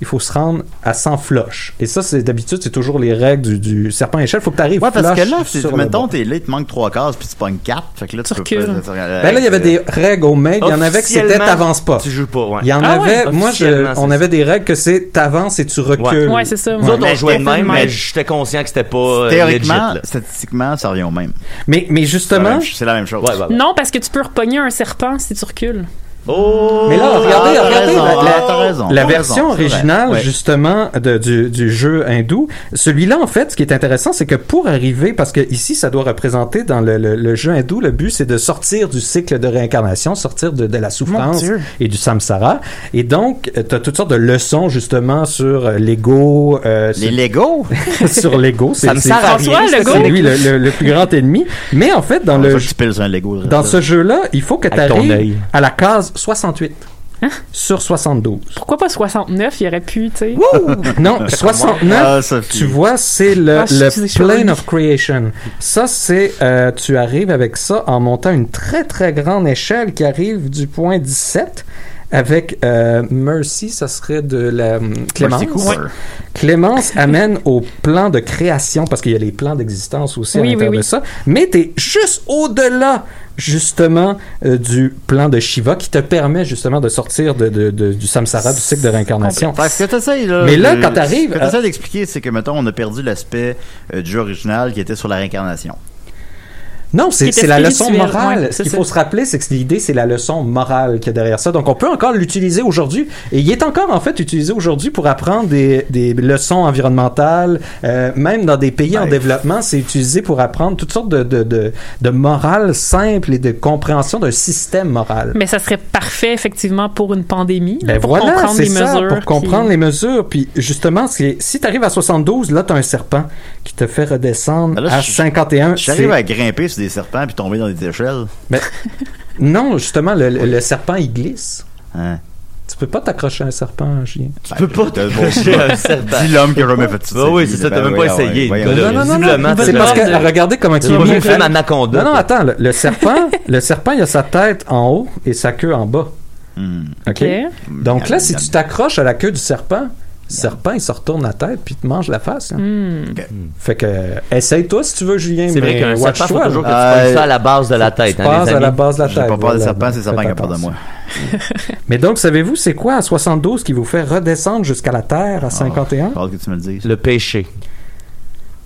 il faut se rendre à 100 floches. Et ça, c'est d'habitude, c'est toujours les règles du, du serpent à échelle. Faut que tu arrives
Ouais, parce que
floche
là,
sur
c'est-
le
mettons,
bord.
t'es là, il te manque trois cases, puis tu pognes quatre. Fait que là, tu
Tu
peux
recules.
pas- euh,
Ben là, il y avait des règles au mail. Il y en avait que c'était
Officiellement,
t'avances pas.
Tu joues pas, ouais.
Il y en
Ah ouais,
avait, moi, je-
officiellement,
on
c'est
avait des règles que c'est t'avances et tu recules.
Ouais, c'est ça.
Nous autres, on
Mais
jouait de même,
effectivement,
mais j'étais conscient que c'était pas euh,
Théoriquement,
legit, là.
statistiquement, ça revient au même.
Mais, mais
C'est la
justement,
même- C'est la même chose.
Ouais, ouais, ouais.
Non, parce que tu peux repogner un serpent si tu recules.
Oh!
Mais là, regardez,
Ah, t'as
regardez,
raison,
la-
ah,
la-
t'as raison,
la
t'as
version
raison, c'est vrai.
originale,
Ouais.
justement, de- du, du jeu hindou, celui-là, en fait, ce qui est intéressant, c'est que pour arriver, parce que ici, ça doit représenter dans le, le- le jeu hindou, le but, c'est de sortir du cycle de réincarnation, sortir de, de la souffrance et du samsara. Et donc, tu as toutes sortes de leçons, justement, sur euh, l'ego, euh,
Les
sur-
Lego,
<laughs> sur l'ego. C'est
Ça me
c'est-
sert à
François
rien.
Legault.
c'est lui le, le- le plus grand ennemi. Mais en fait, dans
Dans
le
tu piles un Lego.
dans ce jeu-là, il faut que tu
Avec ton œil.
arrives à la case 68 sur 72.
Pourquoi pas 69? Il aurait pu, tu sais.
<laughs> non, 69,
Ah, Sophie.
tu vois, c'est le,
Ah, je
le
suis désolée.
plane of creation. Ça, c'est, euh, tu arrives avec ça en montant une très, très grande échelle qui arrive du point 17 avec euh, Mercy, ça serait de la hum, Clémence.
Merci, Cooper.
Clémence amène au plan de création, parce qu'il y a les plans d'existence aussi à
Oui, oui,
l'intérieur de
oui.
ça, mais t'es juste au-delà justement euh, du plan de Shiva qui te permet justement de sortir de, de- de- du samsara, du cycle de réincarnation.
Parce que t'essayes, là.
Mais là,
de-
quand t'arrives
Ce que
à-
t'essayes d'expliquer, c'est que, mettons, on a perdu l'aspect euh, du jeu original qui était sur la réincarnation.
Non, c'est
était
c'est la leçon
spirituel,
morale.
ouais,
Ce
c'est
qu'il
ça.
faut se rappeler, c'est que l'idée, c'est la leçon morale qu'il y a derrière ça. Donc, on peut encore l'utiliser aujourd'hui. Et il est encore, en fait, utilisé aujourd'hui pour apprendre des, des leçons environnementales. Euh, même dans des pays en
Ben,
développement, c'est utilisé pour apprendre toutes sortes de, de, de, de morale simple et de compréhension d'un système moral.
Mais ça serait parfait, effectivement, pour une pandémie. là,
Ben
pour
voilà,
comprendre
c'est
les
ça,
mesures.
pour
puis-
comprendre les mesures. Puis justement, c'est- si tu arrives à 72, là, tu as un serpent qui te fait redescendre
Ben là,
à
je-
51.
J'arrive
c'est-
à grimper sur des serpents puis tomber dans des échelles.
Non, justement, le, le- le serpent, il glisse.
Hein. ben,
Tu peux pas t'accrocher à un serpent, un chien.
Tu
peux pas t'accrocher à un serpent.
Dis l'homme qui a jamais fait ça.
Ah oui, c'est
ben
ça, t'as même pas essayé.
voyons.
Non, non, non, Visiblement, tu
c'est
l'as
parce que
fait.
regardez comment
Tu
il est
vas voir
mis.
le film Anaconda.
Non, non, attends, le, le serpent, <laughs> le serpent, il a sa tête en haut et sa queue en bas.
Hmm.
OK?
Ok.
Donc là, si
Miam,
tu t'accroches à la queue du serpent, le serpent, il se retourne la tête puis il te mange la face. hein.
Hmm.
Fait que, euh, essaye-toi si tu veux, Julien.
C'est vrai
mais
qu'un
watch
serpent, faut
toi,
toujours que
là.
tu
Euh,
prennes ça à la base de la tête,
Tu
hein,
passes
les
à la
amis.
base de la tête.
J'ai pas peur des
voilà.
serpents, c'est les serpents qui
Faites
ont peur de
attention.
moi.
Mais donc, savez-vous, c'est quoi à 72 qui vous fait redescendre jusqu'à la
Ah.
terre à 51?
J'ai hâte que tu me le dises.
Le péché.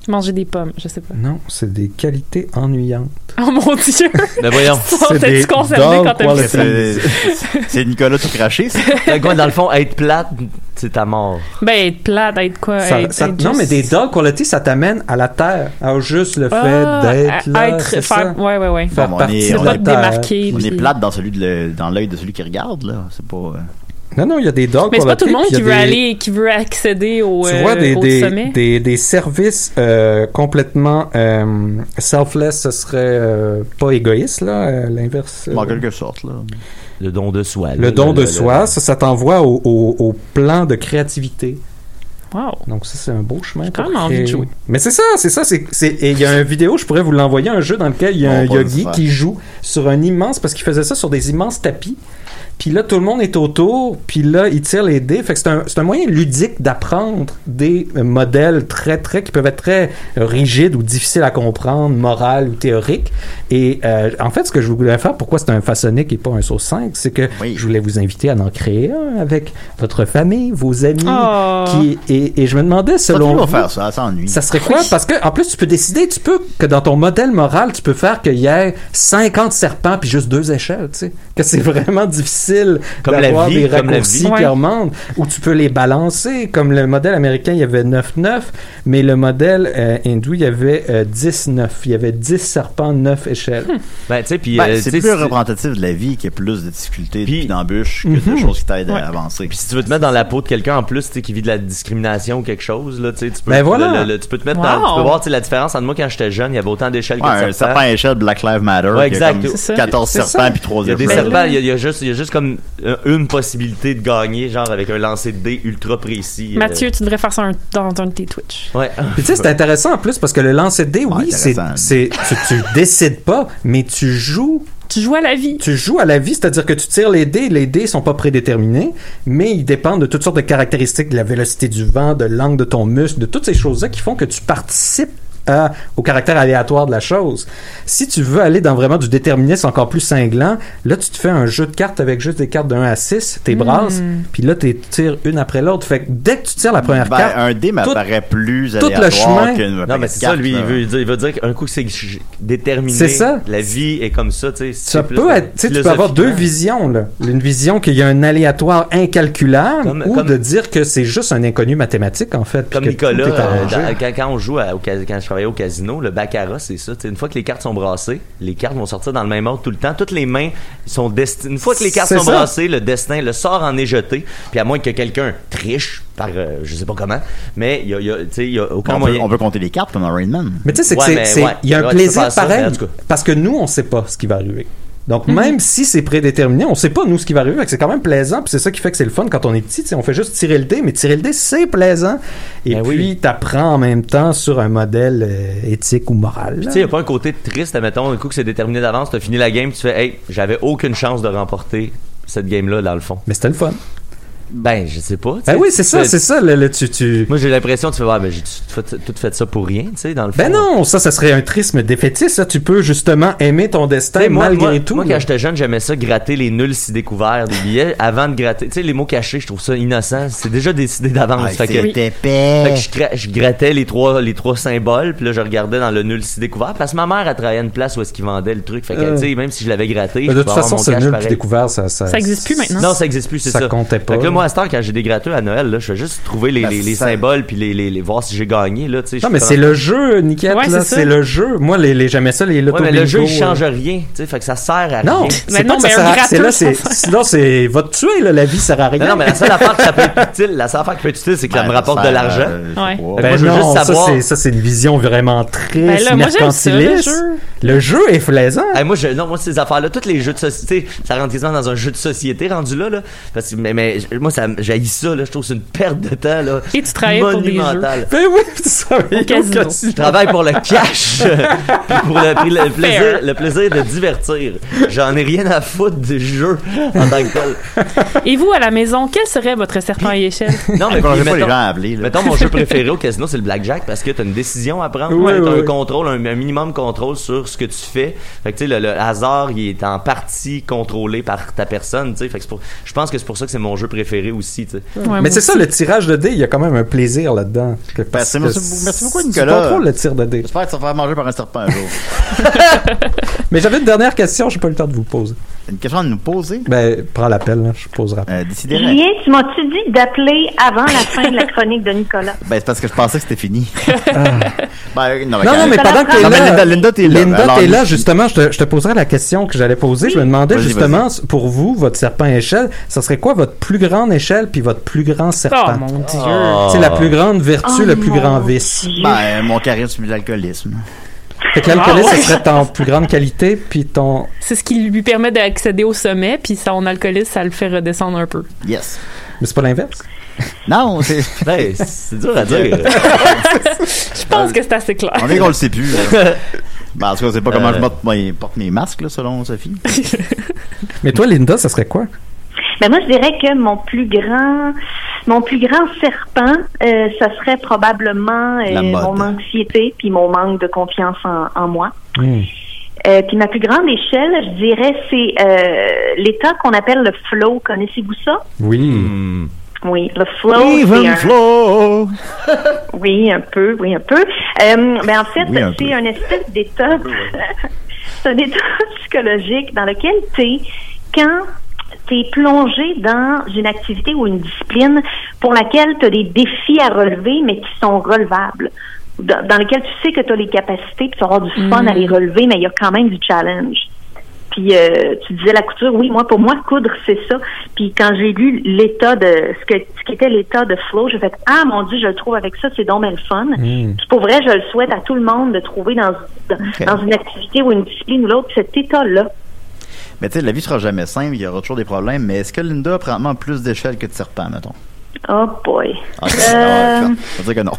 Manger des pommes, je sais pas. <laughs>
Non, c'est des qualités ennuyantes.
Oh mon
<laughs>
Dieu!
Mais voyons.
C'est des
T'es-tu concerné
dull
quand t'as vu
qualities.
ça?
C'est c'est Nicolas tout craché, ça.
Fait que, ouais, dans le fond, être plate, c'est ta mort.
Ben, être plate, être quoi?
Ça-
être,
ça-
être
non,
juste-
mais des dog qualities, ça t'amène à la terre. Alors, juste le
Ah,
fait d'être
à-
là,
être-
c'est ça.
faire, ouais, ouais, ouais.
Faire
Bon, on est-
partie de
on est-
Pas
la
te
terre.
démarquer.
On est
puis-
plate dans celui de le- dans l'œil de celui qui regarde, là. C'est pas. euh,
Non, non, il y a des dog
Mais c'est pas tout le monde
qualities,
qui
puis il y
veut
a des-
aller, qui veut accéder au,
Tu
euh,
vois, des,
au
des,
sommet.
des, des services euh, complètement euh, selfless, ce serait euh, pas égoïste, là, euh, l'inverse. euh,
En quelque sorte, là.
Le don de soi.
le don de soi, ça, ça t'envoie au, au, au plan de créativité.
Wow.
Donc ça, c'est un beau chemin.
J'ai quand
pour
même envie de
créer.
jouer.
Mais c'est ça, c'est ça. c'est c'est- et Il y a une vidéo, je pourrais vous l'envoyer, un jeu dans lequel il y a
On
un
va le
yogi
faire.
qui joue sur un immense, parce qu'il faisait ça sur des immenses tapis. Puis là, tout le monde est autour, puis là, il tire les dés. Fait que c'est un, c'est un moyen ludique d'apprendre des euh, modèles très, très, qui peuvent être très euh, rigides ou difficiles à comprendre, morales ou théoriques. Et euh, en fait, ce que je voulais faire, pourquoi c'est un façonnique et pas un sauce 5, c'est que
Oui.
je voulais vous inviter à en créer un avec votre famille, vos amis,
Oh.
qui, et, et je me demandais, selon
Selon.
vous,
faire ça, ça ennuie.
ça serait quoi? Parce que, en plus, tu peux décider, tu peux, que dans ton modèle moral, tu peux faire qu'il y ait 50 serpents puis juste deux échelles, tu sais. Que c'est vraiment difficile
Comme la
d'avoir
vie,
des
comme la
raccourcis
vie.
qui
Ouais.
remontent, ou tu peux les balancer. Comme le modèle américain, il y avait 9-9, mais le modèle euh, hindou, il y avait euh, 10-9. Il y avait 10 serpents, 9 échelles.
Ben, tu sais, puis...
Ben,
euh,
c'est
tu sais,
plus
si-
représentatif de la vie qu'il y a plus de difficultés,
Puis- Mhm.
puis d'embûches que de choses qui t'aident à avancer.
Puis si tu veux te mettre dans la peau de quelqu'un en plus, tu sais, qui vit de la discrimination ou quelque chose, là, tu sais, tu peux,
Ben voilà.
le- le- tu peux te mettre
Wow.
dans, tu peux voir, tu sais, la différence entre moi quand j'étais jeune, il y avait autant d'échelles
Ouais,
que
un
de
serpent
serpents.
à échelle Black Lives Matter.
Ouais,
qui a
exact.
comme
C'est ça.
14
C'est ça.
serpents puis 3
Il y a des
Ben
serpents,
là.
il y, a- il y a juste, il y a juste comme euh, une possibilité de gagner, genre avec un lancer de dés ultra précis. euh.
Mathieu, tu devrais faire ça un- dans un de tes Twitch.
Ouais.
Puis tu sais, c'est intéressant en plus parce que le lancer de dés,
Ouais,
oui, c'est,
intéressant.
c'est, tu, tu décides pas, mais tu joues
Tu joues à la
<laughs>
vie.
tu joues à la vie, c'est-à-dire que tu tires les dés, les dés sont pas prédéterminés, mais ils dépendent de toutes sortes de caractéristiques, de la vélocité du vent, de l'angle de ton muscle, de toutes ces choses-là qui font que tu participes à- au caractère aléatoire de la chose. Si tu veux aller dans vraiment du déterminisme encore plus cinglant, là tu te fais un jeu de cartes avec juste des cartes de 1 à 6, tes brasses, puis là tu tires une après l'autre. Fait que dès que tu tires la première
Ben,
carte,
un dé m'apparaît plus
tout le chemin-
aléatoire qu'une
<laughs> Non, mais c'est ça, lui, il veut, dire- il veut dire qu'un coup que c'est ch- déterminé,
C'est ça.
la vie est comme ça, tu sais. c'est
ça
plus
peut être, tu sais, tu peux avoir deux visions,
philosophiquement.
là. Une vision qu'il y a un aléatoire incalculable
Comme-
ou
comme-
de dire que c'est juste un inconnu mathématique, en fait. puis
Comme
que
Nicolas,
tout est
euh,
arrangé.
dans- quand, quand on joue à- au ca- quand je travaillais au casino, le baccarat, c'est ça. tu sais, Une fois que les cartes sont brassées, les cartes vont sortir dans le même ordre tout le temps. Toutes les mains sont destinées. Une fois que les cartes
C'est
sont
ça.
brassées, le destin, le sort en est jeté. Puis à moins que quelqu'un triche par, euh, je sais pas comment, mais il y a, il y a- tu sais, il y a aucun
on, peut,
moyen.
on peut compter les cartes comme dans Rain Man.
Mais tu sais, c'est
Ouais,
que
mais
c'est- c'est-
ouais.
il y a un
Ouais, tu peux
plaisir
faire ça,
pareil.
mais en tout cas.
parce que nous, on sait pas ce qui va arriver. Donc, même si c'est prédéterminé, on sait pas, nous, ce qui va arriver. Fait que C'est quand même plaisant. Puis c'est ça qui fait que c'est le fun quand on est petit. tu sais, On fait juste tirer le dé, mais tirer le dé, c'est plaisant. Et
Ben oui.
puis, t'apprends en même temps sur un modèle euh, éthique ou moral.
Puis tu sais, il a pas un côté triste, admettons, un coup que c'est déterminé d'avance, t'as fini la game, tu fais, hey, j'avais aucune chance de remporter cette game-là, dans le fond.
Mais c'était le fun.
Ben, je sais pas. tu sais.
Ben oui, c'est ça,
Tu fais-
c'est ça. Là, là, tu, tu...
Moi, j'ai l'impression, tu fais, ah, ben, j'ai tout fait, tout fait ça pour rien, tu sais, dans le fond.
Ben non, ça, ça serait un trisme défaitiste. ça. Tu peux justement aimer ton
Tu sais,
destin
moi,
malgré
moi-
tout.
Moi,
là.
quand j'étais jeune, j'aimais ça gratter les nuls si découverts des billets avant de gratter. Tu sais, les mots cachés, je trouve ça innocent. C'est déjà décidé d'avance.
Ah,
fait,
c'est
que,
épais.
fait que je, cra- je grattais les trois, les trois symboles, puis là, je regardais dans le nul si découvert. Parce que ma mère, elle travaillait à une place où est-ce qu'ils vendaient le truc. Fait que,
Euh.
tu sais, même si je l'avais gratté, je
Ben, de
pouvais
toute
avoir
façon,
mon
c'est
cash
nul puis
pareil.
découvert. Ça, ça,
Ça existe plus maintenant.
Non, ça existe plus, c'est ça.
Ça comptait pas,
Fait que là,
là.
moi, à cette heure, quand j'ai des gratteux à Noël, là, je vais juste trouver les,
Ben,
les, les
ça-
symboles puis les, les, les- voir si j'ai gagné, là, tu sais.
Non,
je
mais
prends-
c'est le jeu, Niquette,
Ouais,
là.
c'est ça.
C'est le jeu. Moi, les, les- j'aimais ça, les
Ouais,
lotos
mais le jeu, il
bingo,
change
là.
rien, tu sais. Fait que ça sert à
euh, Non,
rien.
c'est
Ben
pas
non,
que
mais
ça
un hein.
sert à- c'est là,
gratteur,
c'est,
ça-
sinon, c'est, va te tuer, là, la vie sert à rien.
Non, non, mais la seule affaire que ça peut être utile, la seule affaire qui peut être utile, c'est que
Ben,
ça me rapporte de l'argent.
Ouais.
euh,
Fait que
Ben
moi, je veux
non,
juste
ça,
savoir.
c'est, ça, c'est une vision vraiment triste,
Ben là, moi, j'aime ça, le
mercantiliste.
jeu.
Le jeu est plaisant.
Hey, moi, je, non, moi, ces affaires-là, tous les jeux de société, tu sais, ça rentre quasiment dans un jeu de société rendu là, là. Parce que, mais, mais, moi, ça, me- j'haïs ça, là. Je trouve que c'est une perte de temps, là.
Et tu travailles pour des jeux.
Monumentale.
Ben <laughs> oui, tu savais
Au casino.
Je travaille pour le cash, <laughs> puis pour le, puis le plaisir,
Fair.
le plaisir de divertir. J'en ai rien à foutre du jeu en tant que tel.
Et vous, à la maison, quel serait votre
<laughs>
serpent à échelle?
Non, mais puis,
Je pas les gens
mettons-
à appeler. là.
Mettons, mon jeu préféré au casino, c'est le blackjack parce que t'as une décision à prendre.
Oui,
t'as
oui,
un
oui.
contrôle, un, un minimum contrôle sur ce que tu fais. Fait que, tu sais, le, le hasard, il est en partie contrôlé par ta personne, tu sais. Fait que c'est pour- je pense que c'est pour ça que c'est mon jeu préféré aussi, tu sais.
Ouais,
Mais
moi
c'est ça, le tirage de dés, il y a quand même un plaisir là-dedans. Que- parce
Ben, c'est-
que
merci beaucoup- merci beaucoup,
tu
Nicolas.
contrôles le tir de dés.
J'espère que ça va faire manger par un serpent un
<laughs>
jour.
Mais j'avais une dernière question, j'ai pas eu le temps de vous poser.
Une question à nous poser.
Ben, prends l'appel, là, je poserai. après.
Euh, décidément.
Julien, tu m'as-tu dit d'appeler avant la fin de la chronique de Nicolas?
Ben, c'est parce que je pensais que c'était fini.
Ah.
<laughs> ben, non,
Non,
mais, quand-
non, mais
Ça
pendant
va
que t'es là,
Non, mais Linda, Linda, t'es là.
Linda,
Alors,
t'es là, justement, je te, je te poserai la question que j'allais poser. Je me demandais
Vas-y,
justement, pour vous, votre serpent à échelle, ça serait quoi votre plus grande échelle puis votre plus grand
Oh
serpent?
mon dieu.
Ah.
C'est la plus grande vertu,
Oh,
le plus
mon
grand vice.
Ben, mon charisme et l'alcoolisme.
Fait que l'alcoolisme,
Ah, ouais.
ça serait ton plus grande qualité puis ton...
C'est ce qui lui permet d'accéder au sommet, puis son alcoolisme, ça le fait redescendre un peu.
Yes.
Mais c'est pas l'inverse?
Non, c'est.
Ben, c'est dur à dire.
Je pense que c'est assez clair.
<laughs> Ah. On est qu'on le sait plus. là. Ben, en tout cas, c'est pas comment
Euh.
je porte mes, porte mes masques, là, selon Sophie.
Mais toi, Linda, ça serait quoi?
Ben moi, je dirais que mon plus grand, mon plus grand serpent, euh, ça serait probablement euh,
La mode.
mon anxiété puis mon manque de confiance en, en moi.
Hmm.
Euh, puis ma plus grande échelle, je dirais, c'est euh, l'état qu'on appelle le flow. Connaissez-vous ça?
Oui.
Hmm.
Oui, le flow. c'est un-
flow.
Oui, un peu, oui, un peu. Euh, ben en fait,
Oui, un
c'est
peu.
un espèce d'état, <laughs> c'est un état psychologique dans lequel t'es quand t'es plongé dans une activité ou une discipline pour laquelle t'as des défis à relever, mais qui sont relevables. Dans, dans lequel tu sais que t'as les capacités, puis tu auras du fun à les relever, mais il y a quand même du challenge. Puis euh, tu disais la couture, oui, moi pour moi coudre c'est ça. Puis quand j'ai lu l'état de ce que ce qu'était l'état de flow, j'ai fait ah mon dieu, je le trouve avec ça, c'est donc bien le fun.
Mm.
Puis pour vrai, je le souhaite à tout le monde de trouver dans dans, dans une activité ou une discipline ou l'autre cet état là.
Mais tu sais, la vie sera jamais simple, il y aura toujours des problèmes. Mais est-ce que Linda a probablement plus d'échelle que de serpent, mettons? Ah,
Oh boy.
Ok,
Euh.
on va dire que non.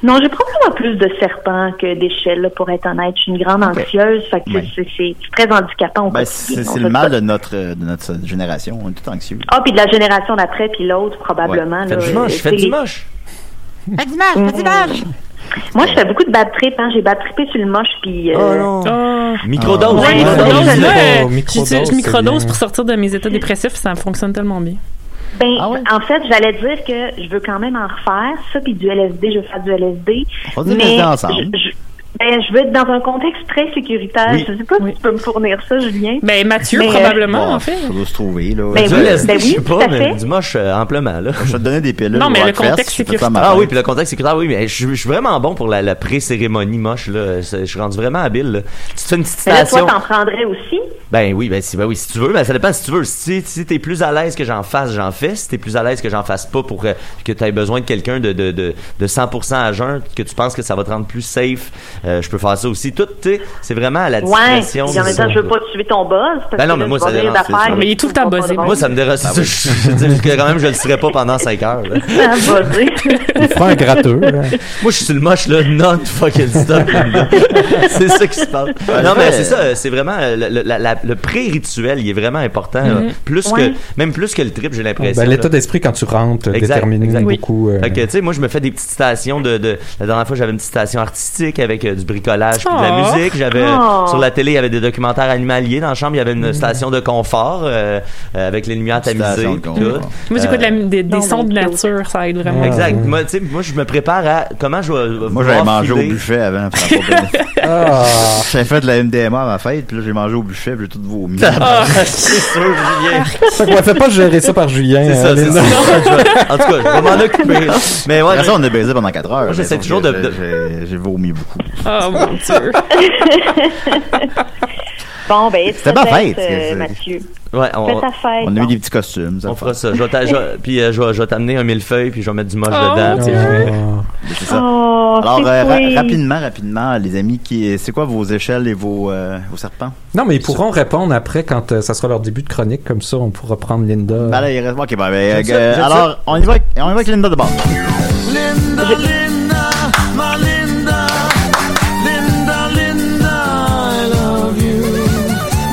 Non, j'ai probablement plus de serpents que d'échelles là, pour être honnête. Je suis une grande
Ok.
anxieuse, fait que
Ouais.
c'est c'est c'est très handicapant. au
Ben,
quotidien.
c'est
On
c'est
fait
le mal
ça.
de notre, euh, de notre génération. On est tout anxieux.
Ah, puis de la génération d'après, puis l'autre probablement. là,
Faites du
euh,
moche, faites
c'est
du
les-
moche.
Moi, je fais beaucoup de bad trip. Hein. J'ai bad trippé sur le moche, puis... euh,
Oh non.
Ah.
Microdose,
Ouais,
ouais,
microdose,
ouais,
là,
ouais.
euh, j'utilise-
Microdose, c'est
je microdose
bien.
pour sortir de mes états dépressifs, ça fonctionne tellement bien.
Ben,
Ah ouais?
en fait, j'allais dire que je veux quand même en refaire. Ça, puis du LSD, je veux faire du LSD.
On va dire
mais
LSD ensemble.
Je, je- ben, je veux être dans un contexte très sécuritaire.
Oui.
Je sais pas
Oui.
si tu peux me fournir ça, Julien.
Ben, Mathieu,
Mais, euh,
probablement,
Bon,
en fait.
Ça doit se trouver, là.
Ben
Du
oui,
LSD,
ben
je sais
oui,
pas,
tout à
mais
fait.
du moche euh, amplement, là.
Je vais te donner des pilules.
Non, mais le
au Rockfest,
contexte
je fais ça à ma
Ah
femme.
oui, puis le contexte sécuritaire, oui, mais je, je suis vraiment bon pour la, la pré-cérémonie moche, là. Je, je suis rendu vraiment habile, là. Tu te fais une petite
Mais là,
station.
toi, t'en prendrais aussi.
Ben oui, ben si, ben oui, si tu veux, ben ça dépend si tu veux. Si, si t'es plus à l'aise que j'en fasse, j'en fais. Si t'es plus à l'aise que j'en fasse pas pour euh, que t'aies besoin de quelqu'un de, de, de, de 100% à jeun, que tu penses que ça va te rendre plus safe, euh, je peux faire ça aussi. Tout, tu sais, c'est vraiment à la
Ouais.
discrétion.
Puis en même
disons.
temps, je veux pas tuer ton buzz. Parce
Ben non,
que
mais
là,
moi,
tu vas
ça
dire
dérange, c'est
d'affaires
sûr.
qui
Mais il est tout le temps
sont pas
buzzé,
drôles. <laughs>
Moi, ça me dérange.
Ah
c'est ça, je, je veux dire que quand même, je le serai pas pendant 5 heures.
<laughs>
là.
Ça me buzzait.
<laughs>
Il fera un gratteux. hein. là.
Moi, je suis sur le moche, là,
<laughs>
non fucking stop. c'est ça qui se passe. non, mais c'est ça, c'est vraiment euh, le- le- la, la, la- le pré-rituel, il est vraiment important. là.
Mm-hmm.
Mhm.
Plus
Ouais.
que, même plus que le trip, j'ai
Ben,
l'impression. là.
L'état d'esprit quand tu rentres
Exact,
détermine
exact.
beaucoup. euh,
Fait que, tu sais, moi, je me fais des petites stations de, de- La dernière fois, j'avais une petite station artistique avec euh, du bricolage puis de la
Oh.
musique. J'avais... euh,
Oh.
Sur la télé, il y avait des documentaires animaliers. Dans la chambre, il y avait une station de confort euh, euh, avec les lumières tamisées
Station de
puis
confort.
tout.
Moi, j'écoute de la
Euh,
mu- des, des sons de nature, ça aide vraiment.
Exact. Moi, tu sais, moi, je me prépare à comment je vais.
Moi, j'avais mangé au buffet avant.
<laughs>
Ah!
J'avais fait de la MDMA à ma fête, puis là, j'ai mangé au buffet, puis j'ai tout vomi.
Ah, <laughs> c'est sûr, Julien.
Fait qu'on fait pas gérer ça par Julien.
C'est ça,
hein,
c'est
les-
ça.
En tout cas, je vais m'en occuper. Mais ouais,
Après ça, on est baisé pendant 4 heures.
Moi, j'essaie
mais
toujours
j'ai-
de- de-
j'ai- J'ai vomi beaucoup.
Oh mon Dieu.
bon, ben,
C'était
c'est
ma
ta
fête,
fête,
c'est-
euh, Mathieu.
Ouais, on,
Fais ta fête.
On a mis des petits costumes. Ça
on fera ça. Je vais t'a- je vais- puis euh, je vais, je vais t'amener un millefeuille, puis je vais mettre du moche
Oh,
dedans.
Ah.
puis je vais-
C'est ça.
Oh,
Alors,
c'est
euh, ra-
sweet.
rapidement, rapidement, les amis, qui, c'est quoi vos échelles et vos, euh, vos serpents?
Non, mais ils pourront répondre après quand euh, ça sera leur début de chronique. Comme ça, on pourra prendre Linda.
Ben là, il reste... Ok, ben, ben,
J'aime
euh,
ça, j'aime
alors,
ça.
on y va avec, on y va avec Linda de bord.
Linda, Linda, my Linda, Linda, Linda, I love you.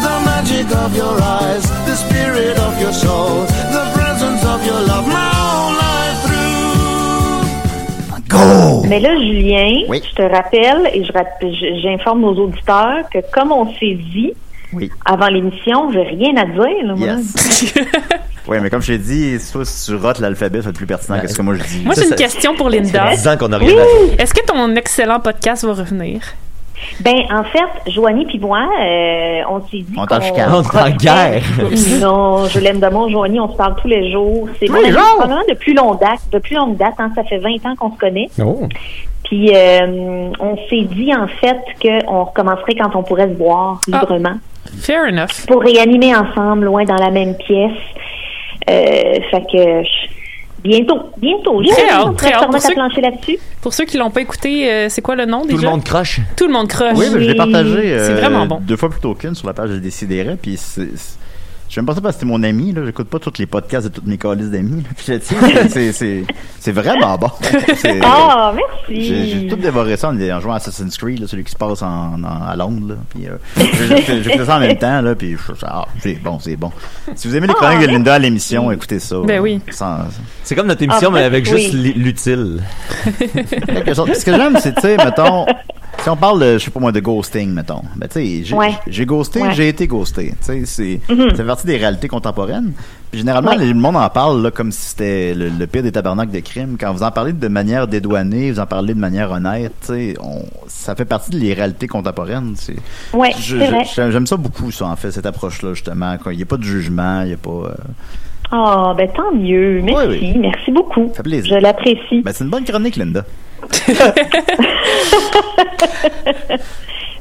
The magic of your eyes, the spirit of your soul, the presence of your love, my whole life
Mais là, Julien,
Oui.
je te rappelle et je rapp- je- j'informe nos auditeurs que comme on s'est dit avant l'émission, j'ai rien à dire. là, moi.
Oui, mais comme je t'ai dit, soit si tu rotes l'alphabet, ça va être plus pertinent que ce que moi je dis.
Moi, j'ai une question pour Linda.
fait dix ans qu'on a rien
oui. Est-ce que ton excellent podcast va revenir?
Ben, en fait, Joanie puis moi, euh, on s'est dit.
On t'en
qu'on-
chicane. On est en guerre. <laughs>
non, je l'aime d'amour, Joanie, on se parle tous les jours. C'est
Tous
mon
les
ami
jours?
probablement de plus longue date. De plus longue date, hein, ça fait 20 ans qu'on se connaît.
Oh.
Puis, euh, on s'est dit, en fait, qu'on recommencerait quand on pourrait se voir
Ah.
librement.
Fair enough.
Pour réanimer ensemble, loin dans la même pièce. Euh, fait que. je- Bientôt, bientôt.
Très
Joanie,
hâte,
on pourrait
très
se
hâte. Pour
remettre à
ceux-
plancher là-dessus.
Pour ceux qui l'ont pas écouté, euh, c'est quoi le nom déjà?
croche.
Tout le monde croche.
Oui, mais je l'ai partagé
C'est
euh,
vraiment bon.
deux fois plus tôt qu'une sur la page de Décideret, puis c'est... c'est- J'aime pas ça parce que c'est mon ami, là. J'écoute pas tous les podcasts de toutes mes colis d'amis, là. Puis je le tiens,
<laughs>
c'est- c'est- c'est- c'est vraiment bon. C'est- euh,
Ah, merci.
Eh J'ai j'ai tout dévoré ça en, en jouant à Assassin's Creed, là, celui qui se passe en, en- à Londres. Là, puis, euh, j'ai- j'ai j'ai fait ça en même temps, là, puis je- ah, c'est bon, c'est bon. Si vous aimez les
Ah,
chroniques de
merci.
Linda à l'émission, écoutez ça.
Ben oui.
Sans-
C'est comme notre
émission, Ah, mais avec oui. juste l'i-
l'utile.
Quelque chose. Puis Ce que j'aime, c'est, tu sais, mettons, si on parle, de, je sais pas moi, de ghosting, mettons, ben, tu sais, j'ai,
Ouais.
j'ai ghosté,
Ouais.
j'ai été ghosté. Tu sais, c'est,
Mhm.
ça fait partie des réalités contemporaines. Puis généralement,
Ouais.
le monde en parle là, comme si c'était le, le pire des tabernacles de crimes. Quand vous en parlez de manière dédouanée, vous en parlez de manière honnête, tu sais, on- ça fait partie des réalités contemporaines. C'est,
Ouais,
je-
c'est
je-
vrai.
j'aime- J'aime ça beaucoup, ça, en fait, cette approche-là, justement. quoi. Il n'y a pas de jugement, il n'y a pas. euh,
Ah, ben tant mieux. Merci, merci beaucoup.
Ça fait plaisir.
Je l'apprécie.
Ben, c'est une bonne chronique, Linda.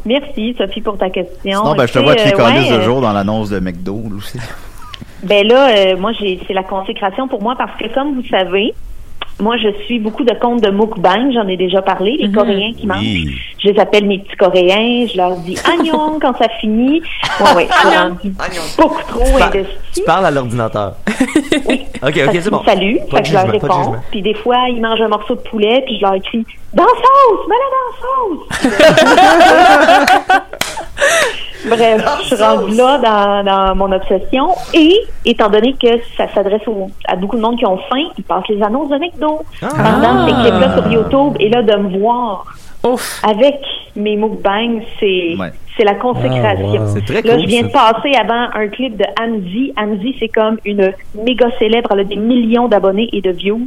Merci, Sophie, pour ta question.
Sinon, ben, je te
Écoutez,
vois avec les
euh,
colis
ouais,
de
euh,
jour dans l'annonce de McDo, là, aussi.
Ben là, euh, moi, j'ai, c'est la consécration pour moi parce que, comme vous savez, moi, je suis beaucoup de comptes de mukbang. J'en ai déjà parlé.
Mhm.
Les Coréens qui mangent. Je les appelle mes petits Coréens. Je leur
<laughs>
dis agnon quand ça finit. Ouais, ouais, je leur dis beaucoup trop investi.
Tu parles
<laughs>
à l'ordinateur. Oui. Ok,
Parce
ok,
qu'ils me
c'est bon.
saluent, fait
Pas de
que je leur
jugement, pas de
réponds.
jugement.
Puis des fois, ils mangent un morceau de poulet, puis je leur crie Dans la sauce, mets la dans la sauce.
<laughs>
Bref, je suis rendue là dans, dans mon obsession. Et étant donné que ça s'adresse au- à beaucoup de monde qui ont faim, ils passent les annonces de McDo.
Ah.
Pendant ces clips-là sur YouTube, et là, de me voir avec mes mukbangs, c'est
Ouais.
c'est la consécration.
Ah, wow. C'est très
là,
cool,
je viens de
ça.
passer avant un clip de Hamzi. Hamzi, c'est comme une méga célèbre. Elle a des millions d'abonnés et de views.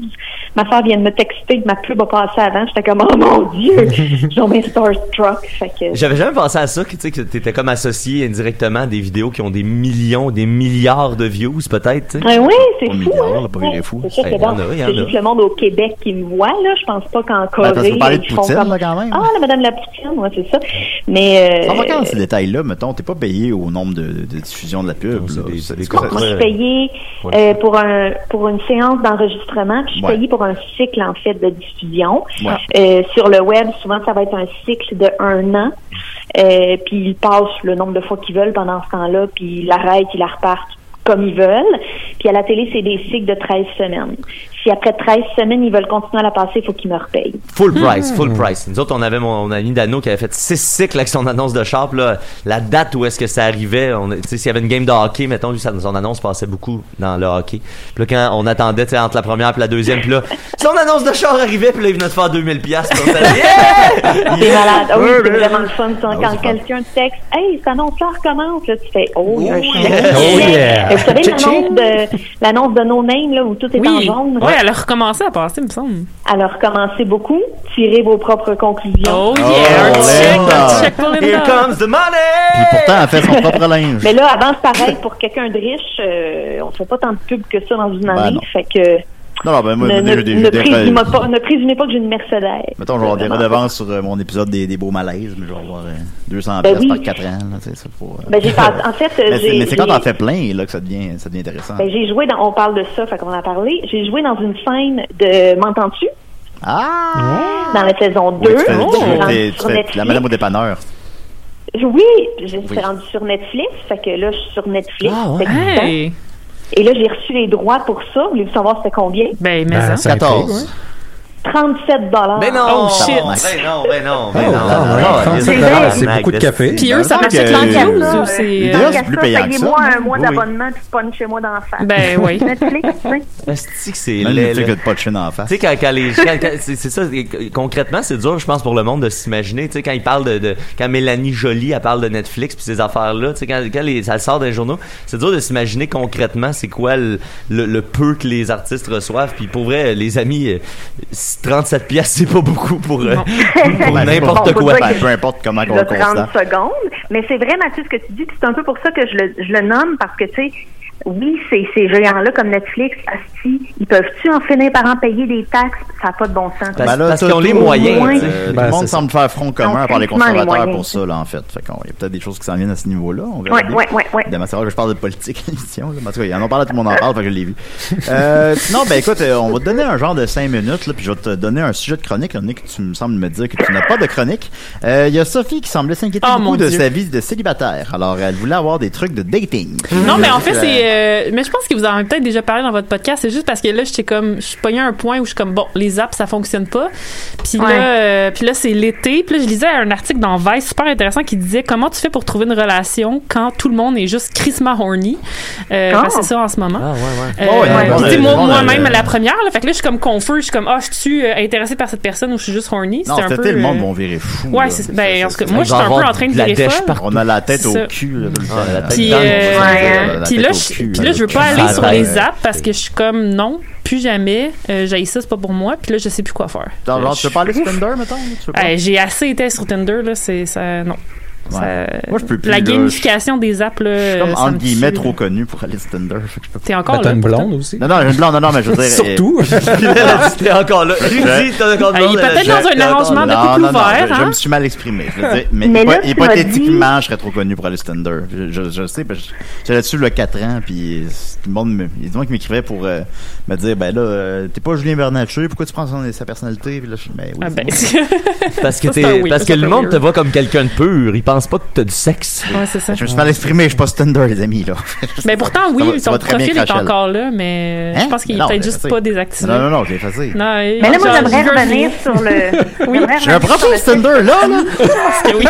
Ma soeur vient de me texter que ma pub a passé avant. J'étais comme, oh mon
<laughs>
Dieu! J'en mets Starstruck. Fait que...
J'avais jamais pensé à ça, que tu sais, que t'étais comme associé indirectement à des vidéos qui ont des millions, des milliards de views, peut-être, tu sais.
Ben oui, c'est
Au
fou.
milliard,
hein?
là, pas viré fou.
C'est sûr
Ben,
que
il y en
bon,
a, il y en
c'est
a.
juste le monde au Québec qui me voit, là. Je pense pas qu'en
Ben, parce
Corée.
que vous parlez de
ils font
poutine,
comme...
là, quand même.
Ah, la madame la poutine, ouais, c'est ça. Mais.
En
euh,
vacances, ces détails-là, mettons, t'es pas payé au nombre de, de- de diffusions de la pub. là. C'est des
Moi, je suis payée euh, pour, un, pour une séance d'enregistrement, puis je suis
Ouais.
payée pour un cycle, en fait, de diffusion.
Ouais.
Euh, sur le web, souvent, ça va être un cycle de un an. Euh, puis ils passent le nombre de fois qu'ils veulent pendant ce temps-là, puis ils l'arrêtent, ils la repartent comme ils veulent. Puis à la télé, c'est des cycles de 13 semaines. Si après 13 semaines, ils veulent continuer à la passer, il faut qu'ils me repayent.
Full
Hmm.
price, full price. Nous autres, on avait mon, mon ami Dano qui avait fait six cycles avec son annonce de Sharp. Là, la date où est-ce que ça arrivait, on- tu sais, s'il y avait une game de hockey, mettons, lui, sa- son annonce passait beaucoup dans le hockey. Puis là, quand on attendait, tu sais, entre la première et la
<laughs>
deuxième, puis là, son annonce de Sharp arrivait, puis là, il venait de faire 2000 piastres. Puis on était là, Yeah!
C'est malade. Ah oui,
Ouais,
c'est
ouais,
vraiment
ouais.
le fun. Quand,
Ah oui,
quand
c'est
quelqu'un te texte, hey, cette annonce-là recommence, là, tu fais, oh, il y a un
yeah.
changement.
Oh, yeah.
Et Vous savez,
Cha-ching.
l'annonce de, l'annonce de No Name, là, où tout est en
Oui,
jaune.
ouais, elle a recommencé à passer, me semble.
Alors, commencez beaucoup, tirez vos propres conclusions.
Oh yeah,
Oh,
un check,
Linda.
un check pour
Here
Linda.
comes the money!
Puis pourtant, elle fait
<laughs>
son propre linge.
Mais là, avant, c'est pareil, pour quelqu'un de riche, euh, on fait pas tant de pub que ça dans une
Ben
année.
non.
fait que
Non, non, ben moi,
ne,
moi,
ne-
j'ai des-
ne
j'ai des
présumez
rêves.
pas, ne présumez pas que j'ai une Mercedes.
euh, Mettons, je vais avoir des
Vraiment.
redevances sur euh, mon épisode des, des beaux malaises, mais je vais avoir euh, 200
Ben
pièces
oui.
par 4 ans. Là, tu sais, ça, faut, euh.
Ben, j'ai pas- en fait, euh,
mais c'est,
j'ai-
mais c'est quand
j'ai-
t'en fais plein là, que ça devient, ça devient intéressant.
Ben, j'ai joué dans, on parle de ça, fait qu'on en a parlé. J'ai joué dans une scène de M'entends-tu?
ah!
Dans la saison
Oui,
2.
tu fais,
Oh!
tu fais-
Rendu
t'es- tu
sur
fais
Netflix.
la madame au dépanneur.
Oui, je suis
Oui.
rendue sur Netflix, fait que là, je suis sur Netflix.
Ah, ouais.
c'est excitant.
Hey.
Et là, j'ai reçu les droits pour ça. Voulez-vous savoir c'était combien?
Ben, mais
Ben,
ça.
ça implique,
14.
37
Ben non!
Oh, shit.
Ben non, ben non, ben
Oh,
non.
ah, ouais.
Ah,
Quand
yes,
c'est
yes,
vraiment,
yes,
c'est
yes,
beaucoup de
yes.
café.
Puis eux, ça
Donc,
marche
euh,
avec l'anglais
euh,
ou c'est.
D'ailleurs,
Tant
c'est
qu'à
plus
ça,
payant que ça.
Payez-moi un mois
Oui.
d'abonnement, puis punchez-moi d'en face.
Ben
<laughs>
oui.
Netflix, tu sais.
Asti que c'est
Même
laid,
le truc
là.
que t'as pas de chine en face.
Tu sais, quand, quand les. quand- quand- c'est c'est ça, c'est- concrètement, c'est dur, je pense, pour le monde de s'imaginer. Tu sais, quand ils parlent de, de- Quand Mélanie Jolie, elle parle de Netflix puis ces affaires-là, tu sais, quand, quand les, ça sort des journaux, c'est dur de s'imaginer concrètement c'est quoi le, le- le peu que les artistes reçoivent. Puis pour vrai, les amis, euh, 37 pièces c'est pas beaucoup pour, euh,
Non.
pour
Ben,
n'importe
c'est pas-
quoi.
dire
ben,
que-
peu importe comment on
de
le
30
constate.
secondes. Mais c'est vrai, Mathieu, ce que tu dis, puis c'est un peu pour ça que je le, je le nomme, parce que, tu sais, oui, ces, ces géants-là, comme Netflix, Asti, ils peuvent-tu en finir par en payer des taxes? Ça n'a pas de bon sens.
Ben,
Ben là,
parce
t'as
qu'ils ont les
tout-
moyens,
euh,
tu sais.
tout
Ben,
le monde
c'est
semble faire front commun à part les
Concrètement, les
conservateurs
moyens.
pour ça, là, en fait. Fait qu'on- il y a peut-être des choses qui s'en viennent à ce niveau-là. On verra
Oui,
bien.
oui, oui, oui.
Évidemment, c'est rare que je parle de politique à l'émission. là. Mais En tout cas, il y en a parlé, tout le monde en parle, fait que je l'ai vu. Euh, sinon, ben écoute, euh, on va te donner un genre de 5 minutes, là, puis je vais te donner un sujet de chronique. Il y en a que tu me sembles me dire que tu n'as pas de chronique. Euh, Il y a Sophie qui semblait s'inquiéter
Oh, mon
beaucoup de
Dieu.
sa vie de célibataire. Alors, elle voulait avoir des trucs de dating.
Non, mais en
Euh,
fait, c'est. euh, mais je pense que vous en avez peut-être déjà parlé dans votre podcast. C'est juste parce que là, j'étais comme. Je suis pognée à un point où je suis comme, bon, les apps, ça fonctionne pas. Puis
Ouais.
là, euh, puis là c'est l'été. Puis là, je lisais un article dans Vice super intéressant qui disait comment tu fais pour trouver une relation quand tout le monde est juste crissement horny. Euh,
Oh.
parce que c'est ça en ce moment.
Ah, ouais, ouais.
Euh,
Ouais, ouais,
puis
ouais,
tu sais,
ouais,
moi-
ouais,
Moi-même,
ouais.
la première, là, fait que là, je suis comme confus. Je suis comme, ah, je suis intéressée par cette personne ou je suis juste horny.
Non,
C'était un
c'était
peu,
le monde,
euh,
vont virer fou.
Ouais,
là.
c'est- ben, en tout cas,
c'est-
moi, je suis un peu en train de
De la
virer
dèche
folle.
partout.
on a la tête
c'est
au
Ah. ça.
cul. Là, tout le temps.
Ah, la tête
Puis,
dans le-
hein.
euh,
ouais,
La
Puis
tête
là,
au
je,
cul,
puis là, je veux
au
pas
cul.
aller sur
Ah,
les
ben,
apps parce que je suis comme non, plus jamais, euh, j'ai ça, c'est pas pour moi. Puis là, je sais plus quoi faire.
Genre, genre,
Je-
tu veux parler de Tinder, mettons? là, tu veux pas?
Hey, j'ai assez été sur Tinder là, c'est ça, non.
Ouais.
Ça-
Moi, je peux plus,
La
là,
gamification des apps là.
Je suis
euh,
comme
ça me
entre guillemets
tue,
trop
là.
connu pour aller sur Tinder. fait que je peux pas.
T'es
Ben,
encore
t'as
là.
une
pourtant.
blonde aussi.
Non, non, j'ai une blonde, non, non, mais je veux
<laughs>
dire.
Surtout.
T'es encore là. Rudy, t'as encore
Ah, il est
là,
peut-être
je-
dans un
t'es encore
arrangement
là.
euh,
de
non,
couple
non, non,
ouvert,
je, je
hein?
me suis mal exprimé. Je veux
<laughs>
dire, mais
Mais
hypo-
là, tu
hypothétiquement, je serais trop connu pour aller sur Tinder. Je, je, je sais, parce que j'étais là-dessus le 4 ans, puis euh, tout le monde, me, il y a du monde qui m'écrivait pour euh, me dire, ben là, euh, t'es pas Julien Bernatchez, pourquoi tu prends son- sa personnalité? Puis là, je suis, ben
Ah ben,
oui.
<laughs>
c'est
Parce que,
Ça, c'est
t'es-
un oui,
parce
ça,
que
c'est
le
un
monde
weird.
te voit comme quelqu'un de pur. Il pense pas que t'as du sexe.
ouais, c'est ça.
moi. je me suis mal exprimé, je suis pas sur Tinder, les amis,
<laughs>
là.
Mais pourtant,
Ça va-
oui,
ça va
son
très bien,
profil est
Rachel.
encore là, mais
Hein?
je pense qu'il
Mais non,
est peut-être
mais
juste
c'est-
pas désactivé.
Non, non, non, je l'ai effacé.
Non, il-
Mais là, moi,
genre,
j'aimerais
je veux venir.
revenir sur le. j'aimerais
J'ai un
<laughs>
revenir sur
profil
le-
sur Tinder, là, là!
Parce que oui.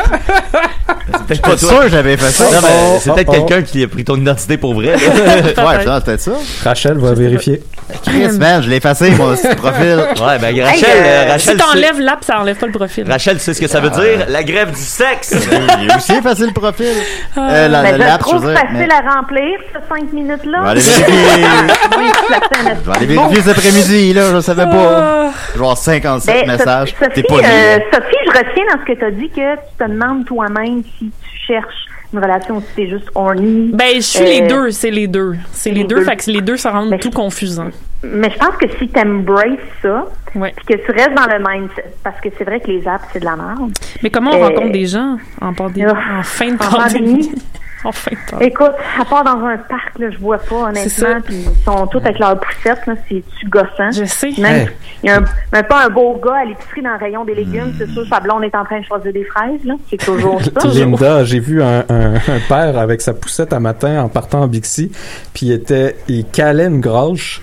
Peut-être
Pas sûr, que j'avais effacé.
Non,
<laughs>
mais
Oh,
c'est
oh,
peut-être
oh.
quelqu'un qui a pris ton identité pour vrai. là.
<laughs> Ouais, finalement, c'était ça.
Rachel va vérifier.
<laughs>
Chris, man, je l'ai effacé, mon petit profil.
ouais, ben Rachel,
Hey,
euh,
euh,
Rachel,
Si
tu
t'enlèves l'app, ça enlève pas le profil.
sais, Rachel, tu sais ce que ça veut dire? La grève du sexe!
J'ai aussi effacé le profil.
Ah.
Euh, la,
Ben, je
la-
le
l'app,
trouve
je veux dire, mais-
facile à remplir, ces 5
Je vais
minutes-là.
aller vérifier.
<laughs> Oui, je la fais,
Je vais aller vérifier cet après-midi, là, je savais
Ah.
pas. Je vais avoir 57
Ben,
messages.
Sophie,
T'es
Sophie,
pas né.
euh, Sophie, je retiens dans ce que tu as dit que tu te demandes toi-même si tu cherches une relation ou si t'es juste horny.
Ben, je suis
Euh,
les deux, c'est les deux. C'est les
les
deux,
deux. Ben,
fait que les deux, ça rend
Mais-
tout confusant.
Mais je pense que si tu embraces ça,
Ouais.
puis que tu restes dans le mindset, parce que c'est vrai que les apps, c'est de la merde.
Mais comment on
Euh,
rencontre des gens en pandémie,
ouf,
en fin de
en
pandémie?
pandémie.
<laughs> En fin de
Ah.
pandémie.
Écoute, à part dans un parc, là, je vois pas,
C'est ça.
honnêtement, puis ils sont tous avec leurs poussettes, là, c'est-tu gossant?
Je sais.
Même,
Hey.
il y a un, même pas un beau gars à l'épicerie dans le rayon des
Hmm.
légumes, c'est sûr, sa blonde est en train de choisir des fraises, là. C'est
<laughs>
toujours ça.
Linda, j'ai vu un, un- un père avec sa poussette un matin en partant en Bixi, puis il était, il calait une grange.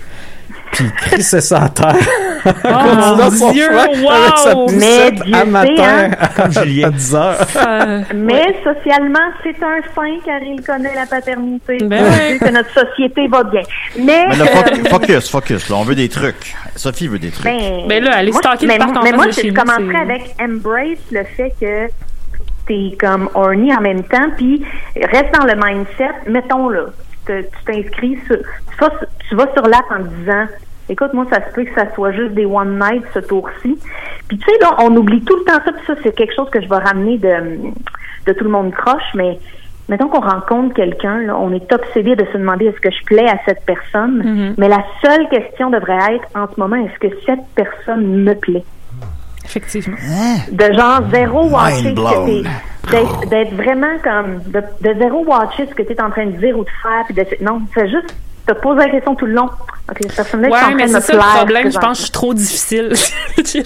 puis il crissait ça à terre.
<laughs> Oh,
Continuant son
Dieu,
chemin avec sa
wow!
Mais hein?
poussette
Dieu
amateur
sait,
comme Julien. à 10 heures.
Euh,
Mais socialement, c'est un saint car il connaît la paternité.
Ben
C'est
oui.
que notre société va bien. Mais,
Mais là,
euh, <laughs>
fo- focus, focus. Là, on veut des trucs. Sophie veut des trucs.
ben,
Ben là, allez
moi,
stalker le
mais-
parc en
Mais
face
moi,
de chez
je
vous,
commencerais
c'est-
avec embrace le fait que t'es comme horny en même temps, puis reste dans le mindset. Mettons là, te- tu t'inscris sur, tu vas, sur- tu vas sur l'app en disant. Écoute, moi, ça se peut que ça soit juste des one night ce tour-ci. Puis tu sais, là, on oublie tout le temps ça, puis ça, c'est quelque chose que je vais ramener de, de tout le monde croche, mais mettons qu'on rencontre quelqu'un, là, on est obsédé de se demander est-ce que je plais à cette personne, mais la seule question devrait être en ce moment, est-ce que cette personne me plaît?
effectivement.
de genre zéro watcher ce
blown. Oh.
que t'es- d'être- d'être vraiment comme de, de zéro watcher ce que tu es en train de dire ou de faire puis de non c'est juste te poser la question tout le long ok cette personne là
Ouais, mais
en train de
c'est
me
ça le
plaire,
problème. Je
présentement.
pense que je suis trop difficile.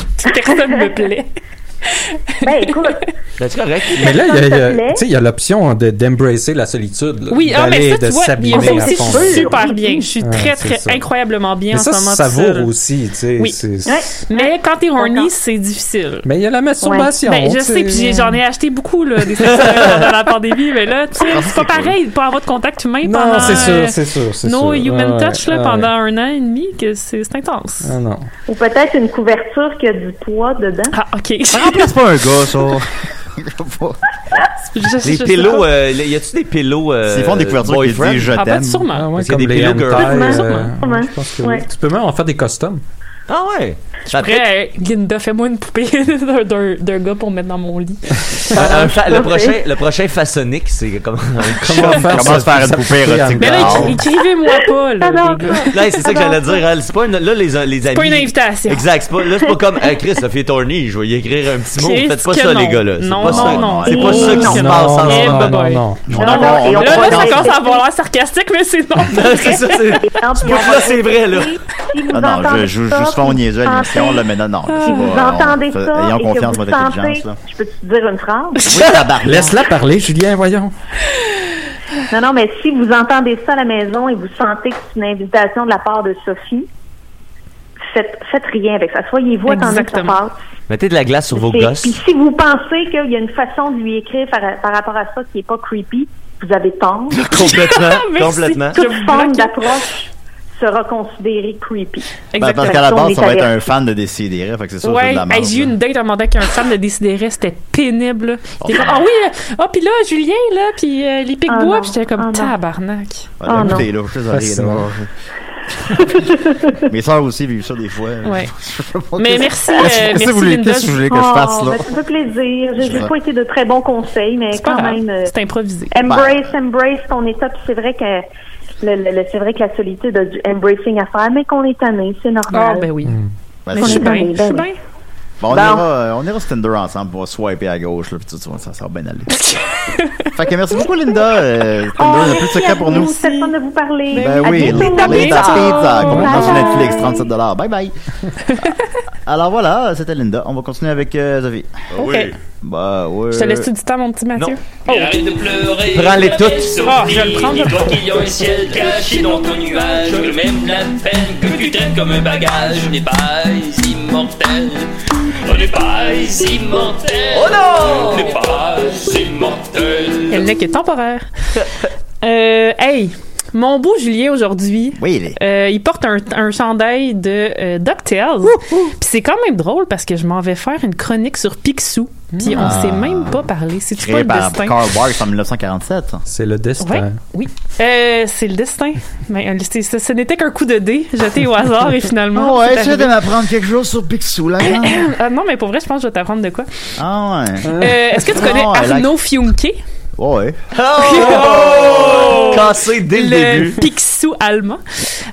<laughs> Personne me plaît.
ben écoute
C'est correct.
Mais là, il y a- il y a,
Ça te plaît?
tu sais, il y a l'option de- d'embrasser la solitude. là,
Oui, ah, mais
d'aller-
ça, tu
de
vois, il y a
s'abîmer
ça
à
aussi,
fond.
je suis
fond.
super bien. Je suis
Ah,
très,
c'est
très
ça.
incroyable bien
Mais
en
ça,
ce moment.
ça
tout seul.
savoure aussi, tu sais.
Oui.
c'est-
ouais.
<laughs> Mais quand t'es horny,
D'accord.
c'est difficile.
Mais il y a la masturbation.
Ben, je
tu
sais, puis j'ai- j'en ai acheté beaucoup là, des sextoys pendant la pandémie, mais là, tu sais, c'est pas pareil de pas avoir de contact humain pendant.
Ah, Non, c'est
euh,
sûr, c'est sûr, c'est sûr.
No human
Ouais, ah,
touch là,
ouais.
pendant un an et demi, que c'est c'est intense.
Ah non.
ou peut-être une couverture qui a du poids dedans
Ah, ok. <laughs>
Ça remplace pas un
<laughs>
gars, ça.
Je- je-
Les
je-
pélos, euh, les- y a-tu des pélos euh,
S'ils font des couvertures qui
boyfriend?
disent je
Ah, ben,
t'aime.
sûrement.
Ah ouais,
Parce
comme
qu'il y a des
les hentai.
pillow girls.
euh,
Sûrement, sûrement.
je pense que oui.
Ouais.
Tu peux même en faire des costumes.
Ah ouais. Ça peut être-
Après, euh, Linda, fais-moi une poupée <laughs> d'un- d'un d'un gars pour mettre dans mon lit.
un- un fa- le prochain, le prochain façonnix, c'est comme.
<laughs>
Comment faire,
Comment se faire une poupée érotique?
Mais là,
Non.
écri- écrivez-moi pas, là,
J'adore
les gars.
ça.
Là, c'est ça que j'allais dire. elle, C'est pas une, là les les amis.
Pas une invitation.
Exact. c'est Pas, là, c'est pas comme hey, Chris, ça fait tourner. Je vais y écrire un petit mot.
Qu'est-ce
Faites pas
que
ça,
non.
les gars là. C'est
Non,
pas ça.
non, non.
C'est pas ça qui
Non, Eh,
se
non,
passe en
non,
ce
non, non,
moment. <laughs>
Non,
non,
non, et on
Là, là, ça
pourrait dans-
commence à avoir l'air sarcastique, mais c'est non.
C'est ça.
<laughs>
c'est-
Non,
<laughs>
puis
bout-là,
on va-
c'est vrai, là.
Si vous
Ah Non, non,
entendez
je, je, je
ça,
suis pas au niaiseux à
pensez-
l'émission, là, mais non, non.
si vous entendez ça
euh, Ayons
et
confiance
que
en
vous
votre intelligence,
sentez,
<laughs> là.
je peux te dire une phrase?
Oui, tabarnak.
Laisse-la parler, Julien, voyons.
Non, non, mais si vous entendez ça à la maison et vous sentez que c'est une invitation de la part de Sophie, faites, faites rien avec ça. Soyez-vous attendez que ça
Exactement.
passe.
Mettez de la glace sur vos
Et-
gosses.
Puis si vous pensez qu'il y a une façon de lui écrire par, par rapport à ça qui n'est pas creepy, vous avez tort. <laughs>
Complètement.
Merci.
complètement.
Je
Toute
vous
forme
bloque.
d'approche sera considérée creepy.
Ben, parce
Exactement.
qu'à la
Exactement.
base, ça va être un fan de Décideret, fait que c'est sûr que c'est
Ouais,
de la
hey, j'ai eu une
merde.
date un mandat avec un fan de décidérait, c'était pénible. là. Il était comme, ah oui, euh, ah puis là, Julien, là, puis euh, les pics
Ah
bois,
non,
puis j'étais comme,
ah non.
tabarnak.
Voilà,
Oh, non.
écoutez, là, je suis désolé, là.
Fascinant.
<laughs>
Mes sœurs aussi vivent ça des fois.
Ouais.
<laughs> Je sais pas
Mais
qu'est-ce-
merci,
qu'est-ce
euh,
que
merci
vous voulez-
Linda.
qu'est-ce que vous voulez que je
Oh,
fasse, là?
ben, ça me fait plaisir. Je
Ouais.
n'ai pas été de très bons conseils, mais
C'est pas
quand
grave,
même. euh,
c'est improvisé.
Embrace, embrace ton état. Puis c'est vrai que le, le- le- c'est vrai que la solitude a du embracing à faire, mais qu'on est tanné, c'est
Ah
normal. Mm.
ben oui.
Ben,
Mais
On
je suis
est
c'est-
dans
bien,
les
je suis
bains.
bien.
Bon, on,
Bon.
ira, euh, on ira sur Tinder ensemble, on va swiper à gauche, là, puis tout ça, ça ça va
<laughs>
bien aller. fait que merci beaucoup, Linda. Euh, Tinder,
Oh,
il y a plus de
merci
secret
à
pour nous.
vous, C'est le fun de vous parler.
Ben
À
oui,
bientôt.
Linda Pizza, qu'on
Bye.
prend sur Netflix, 37 Bye <laughs> bye. Alors voilà, c'était Linda. On va continuer avec euh, Sophie.
Ok.
Bah ouais.
Je te laisse tout du temps, mon petit Mathieu. Oh, ok.
Arrête de pleurer.
Prends-les toutes.
Ah, je vais le prendre, je vais le
Dis-toi
prendre.
qu'il y a un ciel caché dans ton nuage. Que même la peine que tu traînes comme un bagage. On n'est pas immortel. On n'est pas immortel. Oh non! On n'est pas immortel.
Elle n'est que
<laughs>
temporaire. Euh, hey, mon beau Julien aujourd'hui.
Oui, il est.
Euh, il porte un, un chandail de euh, DuckTales. Puis c'est quand même drôle parce que je m'en vais faire une chronique sur Picsou. Puis
Ah.
on s'est même pas parlé. C'est-tu pas
Créé
le
par
destin?
Carl Barks en 1947.
C'est le
Ouais,
<laughs> destin.
oui. Euh, c'est le destin. Mais euh, c'est- ce, ce n'était qu'un coup de dé jeté au hasard et finalement.
Oh,
c'est
essaie de
arrivé.
m'apprendre quelque chose sur Picsou, là. hein?
<coughs> Ah, non, mais pour vrai, je pense que je vais t'apprendre de quoi.
ah ouais.
Euh, Est-ce que tu connais
Non, elle a-
Arnaud Fiumke?
Ouais. <laughs>
Oh! Cassé dès
<laughs>
le début.
Picsou allemand.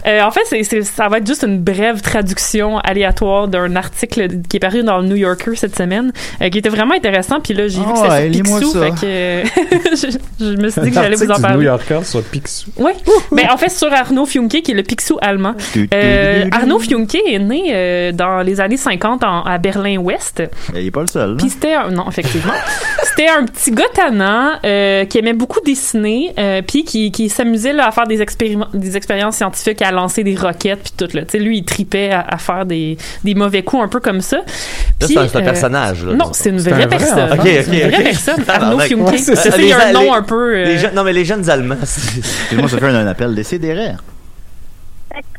Euh, en fait, c'est- c'est- ça va être juste une brève traduction aléatoire d'un article qui est paru dans le New Yorker cette semaine, euh, qui était vraiment intéressant. Puis là, j'ai vu
Ah
que c'était
ouais,
sur
lis-moi
Picsou,
ça.
fait que euh, <laughs> je, je me suis dit que
Un
j'allais vous en
article du
parler.
New Yorker sur Picsou.
Oui, mais en fait, sur Arnaud Fiumke, qui est le Picsou allemand. Euh, Arnaud Fiumke est né euh, dans les années 50 en- à Berlin-Ouest.
Il est pas le seul.
Hein?
hein? là.
<laughs> Puis c'était un... Non, effectivement. c'était un petit gars tannant, euh, euh, qui aimait beaucoup dessiner, euh, puis qui, qui s'amusait là, à faire des, expériment- des expériences scientifiques, à lancer des roquettes, puis tout. Là. Tu sais, Lui, il tripait à, à faire des, des mauvais coups un peu comme ça.
Là,
Puis,
c'est un- c'est un
euh,
personnage, là,
non,
disons.
c'est une
C'est un
vraie
vrai
personne.
enfant. Ok,
C'est
ok,
une vraie
ok.
personne. Arnaud
Tabarnak.
Fiumke.
Ouais, c'est ça,
Tu sais, il y a un
les-
nom
les-
un peu. euh,
Les gens- non, mais les jeunes Allemands. c'est-
Excuse-moi, ça fait un, un appel décidaire.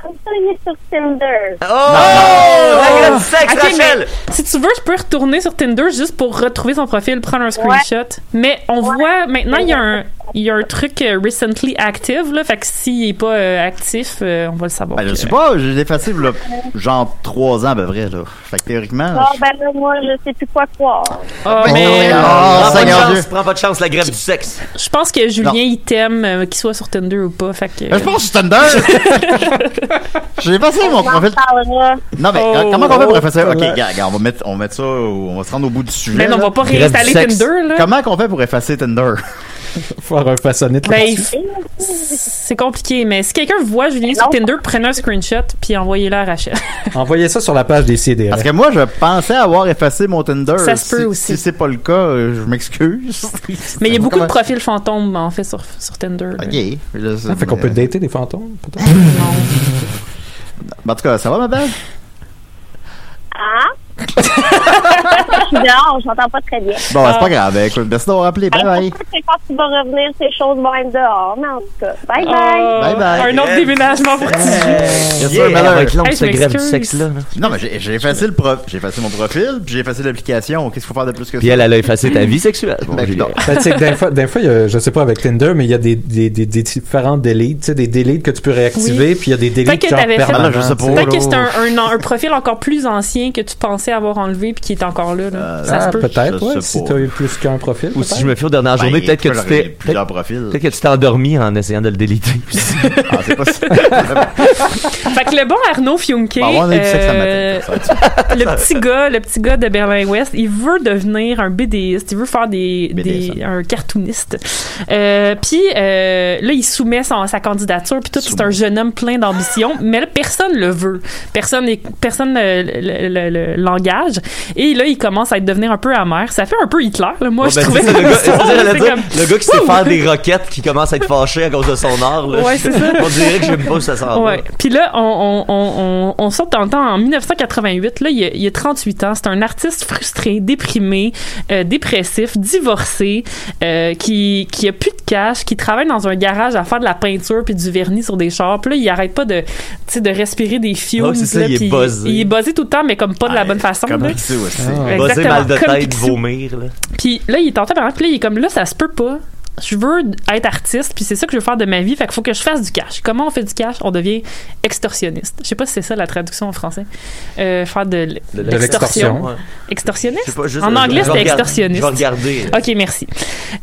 Continuez Ben, sur Tinder.
Oh! La graine du sexe,
Ok,
Rachel!
mais euh, si tu veux, je peux retourner sur Tinder juste pour retrouver son profil, prendre un screenshot. Mais on voit maintenant, il y a un, il y a un truc euh, recently active, là. Fait que s'il est pas euh, actif, euh, on va le savoir.
Ben, je
que-
sais pas, j'ai effacé là, genre 3 ans à peu près. Là. Fait que théoriquement.
Ah, ben là, moi, je sais plus quoi croire.
Ah,
Ben,
mais euh,
non, non,
Prends pas de
Seigneur Dieu.
chance, prends pas de chance, la grève du sexe.
je pense que Julien,
Non.
il t'aime, euh, qu'il soit sur Tinder ou pas. Fait que.
Ben, Je pense que c'est Thunder!
<laughs>
J'ai passé mon
On en
profil.
parlera.
Non, mais euh,
Oh,
comment on fait pour
oh,
effacer. Ok,
là.
gars, gars, on va mettre, on va mettre ça, au- on va se rendre au bout du sujet.
Mais non, on
là.
va pas
Grève du
réinstaller
sexe.
Tinder, là.
Comment qu'on fait pour effacer Tinder?
Faut refaçonner tout
Ben,
ça.
il f- c'est compliqué, mais si quelqu'un voit Julien sur
Non.
Tinder, prenez un screenshot puis envoyez-le à
<laughs>
Rachel.
Envoyez ça sur la page des CD.
Parce que moi, je pensais avoir effacé mon Tinder.
Ça se
Si-
peut aussi.
Si c'est pas le cas, euh,
<laughs>
je m'excuse.
Mais il y a beaucoup de
Comment-
profils fantômes, en fait, sur, sur Tinder. là.
Ok. Là, ça-
Ça fait qu'on peut dater des fantômes, peut-être.
Ben, En tout cas, ça va, ma belle? <laughs>
Hein? je suis dehors, j'entends pas très bien.
Bon, ben, c'est
Ah.
pas grave. Ben, Écoute, merci d'avoir appelé. Bye
Alors,
bye.
peut-être que quand tu vas revenir, ces choses vont être dehors, mais en tout cas, bye bye.
Oh,
Bye bye.
Un autre
Yes.
déménagement pour Tijuana.
Bien
sûr,
elle va être longue,
Euh, Hey, je
cette grève du
m'excuse.
sexe-là. là.
Non, mais j'ai j'ai effacé le prof... j'ai effacé mon profil, puis j'ai effacé l'application. Qu'est-ce qu'il faut faire de plus que ça?
Puis elle, elle a effacé ta vie sexuelle. Bon,
Ben,
j'ai-
putain.
Ben, tu sais que d'un fois, d'un fois, il y a- je sais pas avec Tinder, mais il y a des, des, des, des différents deletes, tu sais, des deletes que tu peux réactiver,
Oui.
puis il y a des
Peut-être
deletes
que
genre
t'avais fait-
permanents.
Ah, je sais pas. oh.
tu
Peut-être que c'est un, un, an- un profil encore plus ancien que tu pensais avoir enlevé puis qui est encore là. là.
Euh,
ça
Ah,
se peut.
peut-être,
Je
ouais,
sais
si
pas.
t'as eu plus qu'un profil.
Ou si
peut-être.
je me fie aux dernières journées,
Ben,
peut-être que
tu peux
tu
le
t'es.
régler plusieurs
Peut-être
profils.
peut-être que tu t'es endormi en essayant de le déliter.
Ah, c'est pas ça.
Fait que le bon Arnaud Fiumke,
Bon, Bah, on a eu du sexe
euh,
ce matin. Ça va être-
le petit gars, le petit gars de Berlin-Ouest, il veut devenir un BDiste, il veut faire des,
BDSM.
hein.
des- un cartooniste. Euh, puis euh, là, il soumet son- sa candidature, puis tout. C'est un jeune homme plein d'ambition, mais là, personne le veut, personne, n'est- personne euh, le- le- le- l'engage. Et là, il commence à devenir un peu amer. Ça fait un peu Hitler. Là. Moi,
Bon,
je
ben,
trouvais
c'est ça, le,
ça-
gars, c'est ça, j'allais
c'est
dire,
comme-
le gars qui sait
Ouh!
faire des roquettes qui commence à être fâché à cause de son art. Là.
Ouais, c'est ça.
On dirait que j'aime pas où ça s'en va.
Ouais. Puis là, on, on, on, on, on saute dans le temps en 1988. Là, il a, il a 38 ans. C'est un artiste frustré, déprimé, euh, dépressif, divorcé, euh, qui, qui a plus de cash, qui travaille dans un garage à faire de la peinture puis du vernis sur des chars. Puis là, il arrête pas de, tu sais, de respirer des fumes.
Oh, c'est ça,
là,
il est
puis
buzzé.
Il est buzzé tout le temps, mais comme pas de la bonne façon.
Comme
là.
Picsou aussi.
Ah.
Exactement, Hein?
Bosser mal de
comme
tête,
Picsou.
vomir. Là.
Puis là, il est en tabarnak. Puis là, il est comme là, ça se peut pas. Je veux être artiste, puis c'est ça que je veux faire de ma vie. Fait qu'il faut que je fasse du cash. Comment on fait du cash On devient extorsionniste. Je sais pas si c'est ça la traduction en français. Euh, faire de l-
De
De l'extorsion.
Ouais. Je
Extorsionniste
sais pas, juste- euh,
En
je-
anglais,
je
c'était
regarde-
extorsionniste.
Je vais regarder. là.
Ok, merci.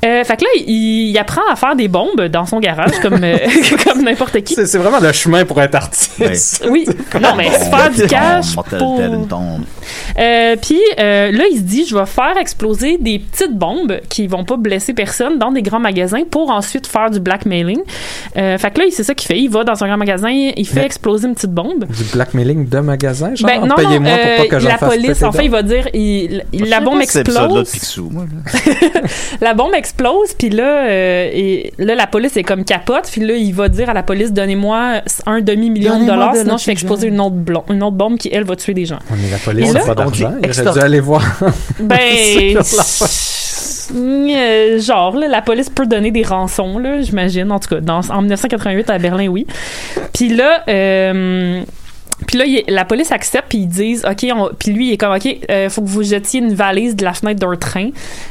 Euh, fait que là, il, il apprend à faire des bombes dans son garage, comme, euh, <laughs> comme n'importe qui.
C'est c'est vraiment le chemin pour être artiste.
<laughs>
Oui, Ah. non, mais se
<laughs>
faire du cash.
Mortel,
pour-
tel une tombe.
Euh, puis euh, là, il se dit, je vais faire exploser des petites bombes qui vont pas blesser personne dans des grands magasins pour ensuite faire du blackmailing. Euh, fait que là, c'est ça qu'il fait. Il va dans un grand magasin, il fait
Mais-
exploser une petite bombe.
Du blackmailing de magasin, genre,
Ben non, non,
payez-moi
euh,
pour pas que j'en
la
fasse
police,
péter
en fait, il va dire, il, il- la bombe
Je sais pas si C'est épisode-là de
explose.
Picsou, moi. là.
la bombe explose, puis là, euh, et, là, la police est comme capote, puis là, il va dire à la police, donnez-moi un demi-million de
Donnez-moi
dollars,
de
sinon
l'argent.
je fais exploser une autre, blon- une autre bombe qui, elle, va tuer des gens.
On est la
Et
police, on
là-
a pas
on dit
d'argent. J'aurais dû
extorsion.
aller voir.
<laughs> Ben,
C'est
euh, genre, là, la police peut donner des rançons, là, j'imagine, en tout cas, dans, en 1988 à Berlin, oui. Puis là, euh, puis là, il- la police accepte, puis ils disent, OK, on- puis lui, il est comme, OK, euh, faut que vous jetiez une valise de la fenêtre d'un train.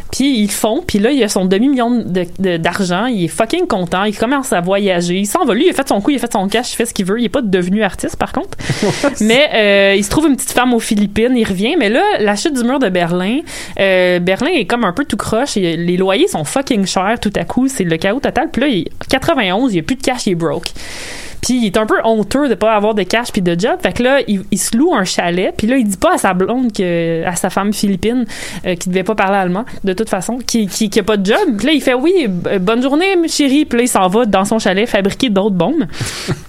Puis ils le font, puis là, il a son demi-million de- de- d'argent, il est fucking content, il commence à voyager, il s'en va, lui, il a fait son coup, il a fait son cash, il fait ce qu'il veut, il est pas devenu artiste, par contre. mais euh, il se trouve une petite femme aux Philippines, il revient, mais là, la chute du mur de Berlin, euh, Berlin est comme un peu tout croche, et les loyers sont fucking chers tout à coup, c'est le chaos total, puis là, il, 91, il a plus de cash, il est broke. Puis il est un peu honteux de pas avoir de cash puis de job. Fait que là, il, il se loue un chalet. Puis là, il dit pas à sa blonde que à sa femme philippine euh, qui devait pas parler allemand de toute façon, qui qui, qui a pas de job. Puis là, il fait oui, b- bonne journée, chérie. Puis là, il s'en va dans son chalet fabriquer d'autres bombes.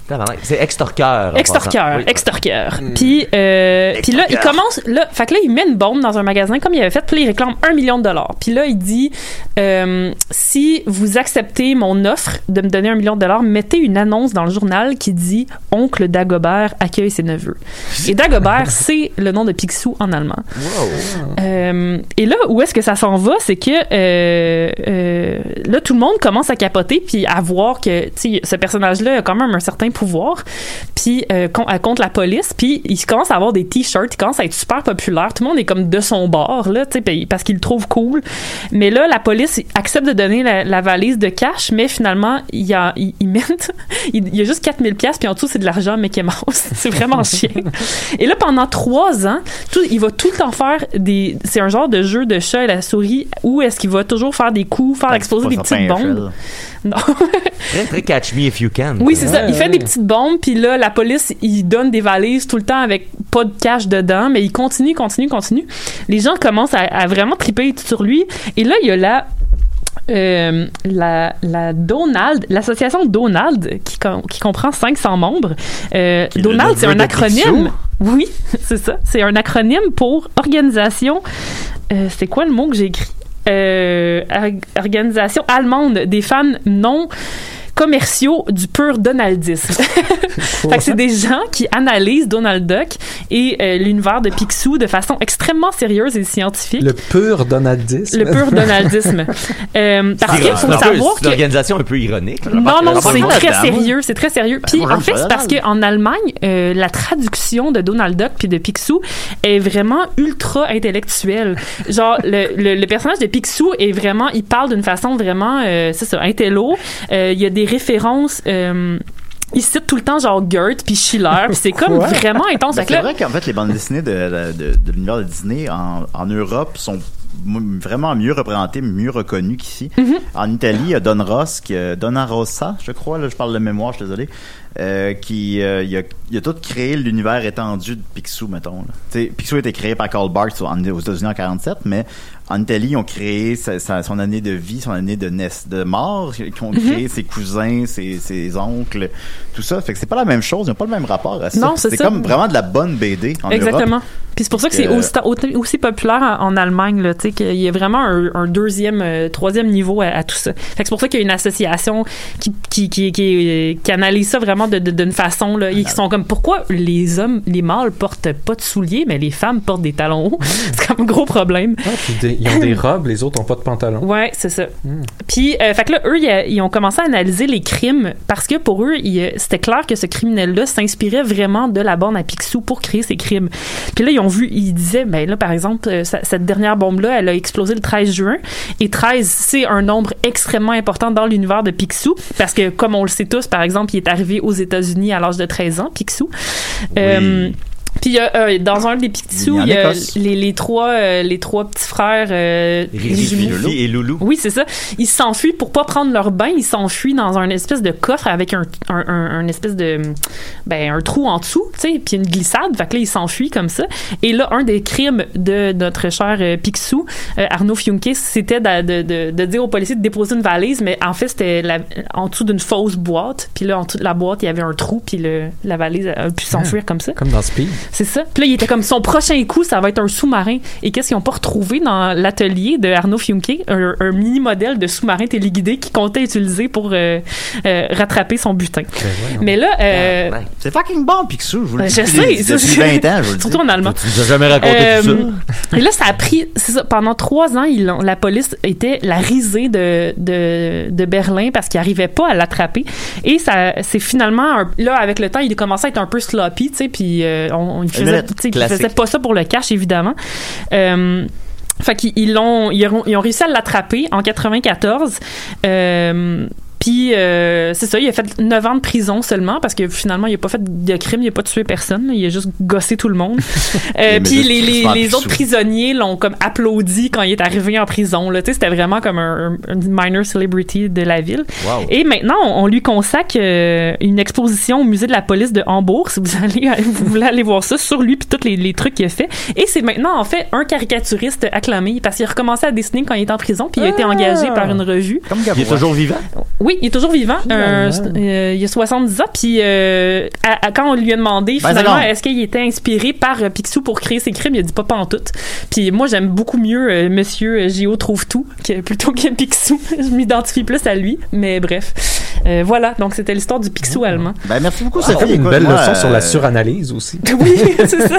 Tabarnak, C'est extorqueur. en
Extorqueur,
passant. Oui.
extorqueur. Puis, euh, puis là, il commence, là, fait que là, il met une bombe dans un magasin comme il avait fait, puis là, il réclame un million de dollars. Puis là, il dit, euh, si vous acceptez mon offre de me donner un million de dollars, mettez une annonce dans le journal qui dit Oncle Dagobert accueille ses neveux. Et Dagobert, c'est le nom de Picsou en allemand. Euh, et là, où est-ce que ça s'en va, c'est que euh, euh, là, tout le monde commence à capoter puis à voir que tu sais, ce personnage-là a quand même un certain pouvoir, puis euh, con- à- contre la police, puis il commence à avoir des t-shirts, il commence à être super populaire, tout le monde est comme de son bord, là, tu sais, puis- parce qu'il le trouve cool. Mais là, la police accepte de donner la, la valise de cash, mais finalement, il y a, il, <laughs> il met- il- il y a juste 4000 pièces puis en dessous, c'est de l'argent Mickey Mouse. <laughs> c'est vraiment chiant. Et là, pendant trois ans, tout, il va tout le temps faire des. C'est un genre de jeu de chat et la souris où est-ce qu'il va toujours faire des coups, faire exploser Ah, des petites bombes. Non.
Très, très catch me if you can.
Oui, c'est ça. Il fait des petites bombes, puis là, la police, il donne des valises tout le temps avec pas de cash dedans, mais il continue, continue, continue. Les gens commencent à, à vraiment triper sur lui. Et là, il y a la. euh, la, la Donald, l'association Donald, qui, com- qui comprend 500 membres. Euh,
est
Donald,
le
c'est un
neveu de
acronyme.
Picsou.
Oui, <laughs> c'est ça. C'est un acronyme pour organisation. euh, c'est quoi le mot que j'ai écrit? Euh, org- organisation allemande des fans non commerciaux du pur
<laughs>
donaldisme. fait que c'est des gens qui analysent Donald Duck et euh, l'univers de Picsou de façon extrêmement sérieuse et scientifique.
Le pur Donaldisme.
Le pur
<laughs>
donaldisme. Euh, parce qu'il faut savoir que Mm.
l'organisation un peu ironique.
non, non, c'est
Bonjour,
très
madame.
sérieux, c'est très sérieux. Puis
bonjour,
en fait,
madame.
c'est parce qu'en Allemagne, euh, la traduction de Donald Duck puis de Picsou est vraiment ultra intellectuelle. Genre, le, le- le personnage de Picsou est vraiment, il parle d'une façon vraiment, euh, c'est ça, intello. Euh, il y a des références. euh, il cite tout le temps genre Goethe puis Schiller, puis c'est comme
Quoi?
vraiment intense. Fait que
Ben, c'est
là-
vrai qu'en fait, les bandes dessinées de, de- de l'univers de Disney en, en Europe sont m- vraiment mieux représentées, mieux reconnues qu'ici.
Mm-hmm.
En Italie, il y a Don Ross, qui, euh, Donna Rossa, je crois, là, je parle de mémoire, je suis désolé, euh, qui euh, il a, il a tout créé l'univers étendu de Picsou, mettons. là. Tu sais, Picsou a été créé par Carl Barks en- aux États-Unis en 47, mais en Italie, ils ont créé sa- sa- son année de vie, son année de, naisse- de mort, ils ont
Mm-hmm.
créé ses cousins, ses, ses oncles, tout ça. Fait que c'est pas la même chose, ils n'ont pas le même rapport à ça.
Non, c'est
c'est
ça.
comme vraiment de la bonne BD en
Exactement.
Europe.
Puis c'est pour ça que
Donc,
c'est
euh,
aussi, autant- aussi populaire en, en Allemagne, là, tu sais, qu'il y a vraiment un, un deuxième, euh, troisième niveau à, à tout ça. Fait que c'est pour ça qu'il y a une association qui, qui, qui, qui, euh, qui analyse ça vraiment de- de- d'une façon, là, et qui sont comme, pourquoi les hommes, les mâles portent pas de souliers, mais les femmes portent des talons hauts? <laughs> c'est comme un gros problème.
<laughs> Ah, puis des- ils ont des robes, les autres n'ont pas de pantalon.
Ouais, c'est ça.
Hmm.
Puis, euh, fait que là, eux, ils, euh, ils ont commencé à analyser les crimes parce que pour eux, ils, euh, c'était clair que ce criminel-là s'inspirait vraiment de la bande à Picsou pour créer ses crimes. Puis là, ils ont vu, ils disaient, ben là, par exemple, euh, ça- cette dernière bombe-là, elle a explosé le 13 juin. Et 13, c'est un nombre extrêmement important dans l'univers de Picsou parce que, comme on le sait tous, par exemple, il est arrivé aux États-Unis à l'âge de 13 ans, Picsou. Euh, puis il y a, euh, dans un des Picsou,
Il est en
il y a
Écosse.
les, les trois euh, les trois petits frères euh,
Rifi,
jumeaux.
Fifi et Loulou.
Oui, c'est ça. Ils s'enfuient pour pas prendre leur bain. Ils s'enfuient dans un espèce de coffre avec un, un, un- un espèce de ben un trou en dessous, tu sais, puis une glissade. Fait que là, ils s'enfuient comme ça. Et là, un des crimes de notre cher euh, Picsou, euh, Arnaud Fiumkis, c'était de, de, de- de dire aux policiers de déposer une valise, mais en fait, c'était la- en dessous d'une fausse boîte. Puis là, en dessous de la boîte, il y avait un trou, puis le- la valise a pu s'enfuir comme ça.
Comme dans Speed.
C'est ça. Puis là, il était comme son prochain coup, ça va être un sous-marin. Et qu'est-ce qu'ils n'ont pas retrouvé dans l'atelier de Arnaud Fiumke? Un, un mini modèle de sous-marin téléguidé qu'il comptait utiliser pour euh, euh, rattraper son butin. Mais là, euh,
Tabarnak.
C'est fucking bon, Picsou, je vous le
je
dis.
sais,
depuis-
ça,
depuis
c'est-
20 ans, je vous le dis.
surtout en allemand.
Tu nous as jamais raconté
Euh,
tout ça.
Et là, ça a pris, c'est ça, pendant trois ans, ils l'ont- la police était la risée de, de, de Berlin parce qu'ils n'arrivaient pas à l'attraper. Et ça, c'est finalement, un- là, avec le temps, il commençait à être un peu sloppy, tu sais, puis euh, on, on- il faisait,
minute,
tu sais, il
classique.
faisait pas ça pour le cash, évidemment. Euh, fait qu'ils ils l'ont, ils ont, ils ont réussi à l'attraper en 94. Euh, puis, euh, c'est ça, il a fait 9 ans de prison seulement parce que finalement, il a pas fait de crime, il a pas tué personne, il a juste gossé tout le monde. Euh,
Mais
puis
là,
les,
c'est
les,
super
les autres
Picsou.
prisonniers l'ont comme applaudi quand il est arrivé en prison. là. Tu sais, C'était vraiment comme un, un minor celebrity de la ville.
Wow.
Et ben maintenant, on lui consacre euh, une exposition au musée de la police de Hambourg. Si vous, <laughs> allez, vous voulez aller voir ça sur lui puis tous les, les trucs qu'il a fait. Et c'est maintenant, en fait, un caricaturiste acclamé parce qu'il a recommencé à dessiner quand il était en prison puis il a été engagé par une revue.
Comme
Il est
Gavroche.
toujours vivant.
Oui, Oui, il est toujours vivant. Euh, euh, il a 70 ans. Puis euh, à- à- quand on lui a demandé
Ben,
finalement
secondes.
est-ce qu'il était inspiré par euh, Picsou pour créer ses crimes, il a dit pas pantoute. Puis moi j'aime beaucoup mieux euh, Monsieur euh, Gio trouve tout que, <laughs> plutôt que Picsou. Je m'identifie plus à lui. Mais bref, Euh, voilà. Donc c'était l'histoire du Picsou allemand.
Ben, merci beaucoup,
C'est
Sophie.
comme une
Écoute,
belle
moi,
leçon sur
euh,
la suranalyse aussi.
Oui, c'est ça.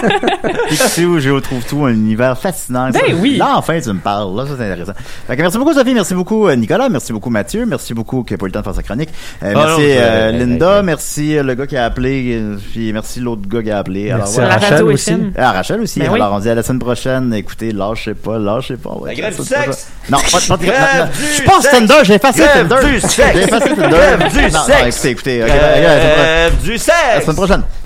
Picsou, je retrouve tout un univers fascinant.
Ben
Ça,
oui.
Là, enfin, tu me parles. Là, ça, c'est intéressant. Fait que merci beaucoup, Sophie. Merci beaucoup, euh, Nicolas. Merci beaucoup, Mathieu. Merci beaucoup, qui n'a pas eu le temps de faire sa chronique.
Ah
Euh, merci,
non, je-
euh,
je- je-
Linda.
je-
Merci, euh, le gars qui a appelé. euh, Puis merci, l'autre gars qui a appelé. Alors,
Merci
voilà.
à
La
Rachel
radio
aussi.
FM.
Ah, Rachel aussi.
Ben oui.
Alors, on dit à la semaine prochaine. Écoutez, lâchez pas, lâchez pas. Ouais,
La grève
ça,
du
ça,
sexe.
ça. Non, pas, pas de grève.
Grève
non, non.
du
Je suis pas en
sexe.
Tinder, j'ai effacé
Grève
Tinder.
du sexe.
J'ai effacé Tinder.
Grève du
Non, non,
sexe.
Écoutez, écoutez. ok, ben, ok, à la semaine prochaine.
Euh, du
À la
sexe!
semaine prochaine.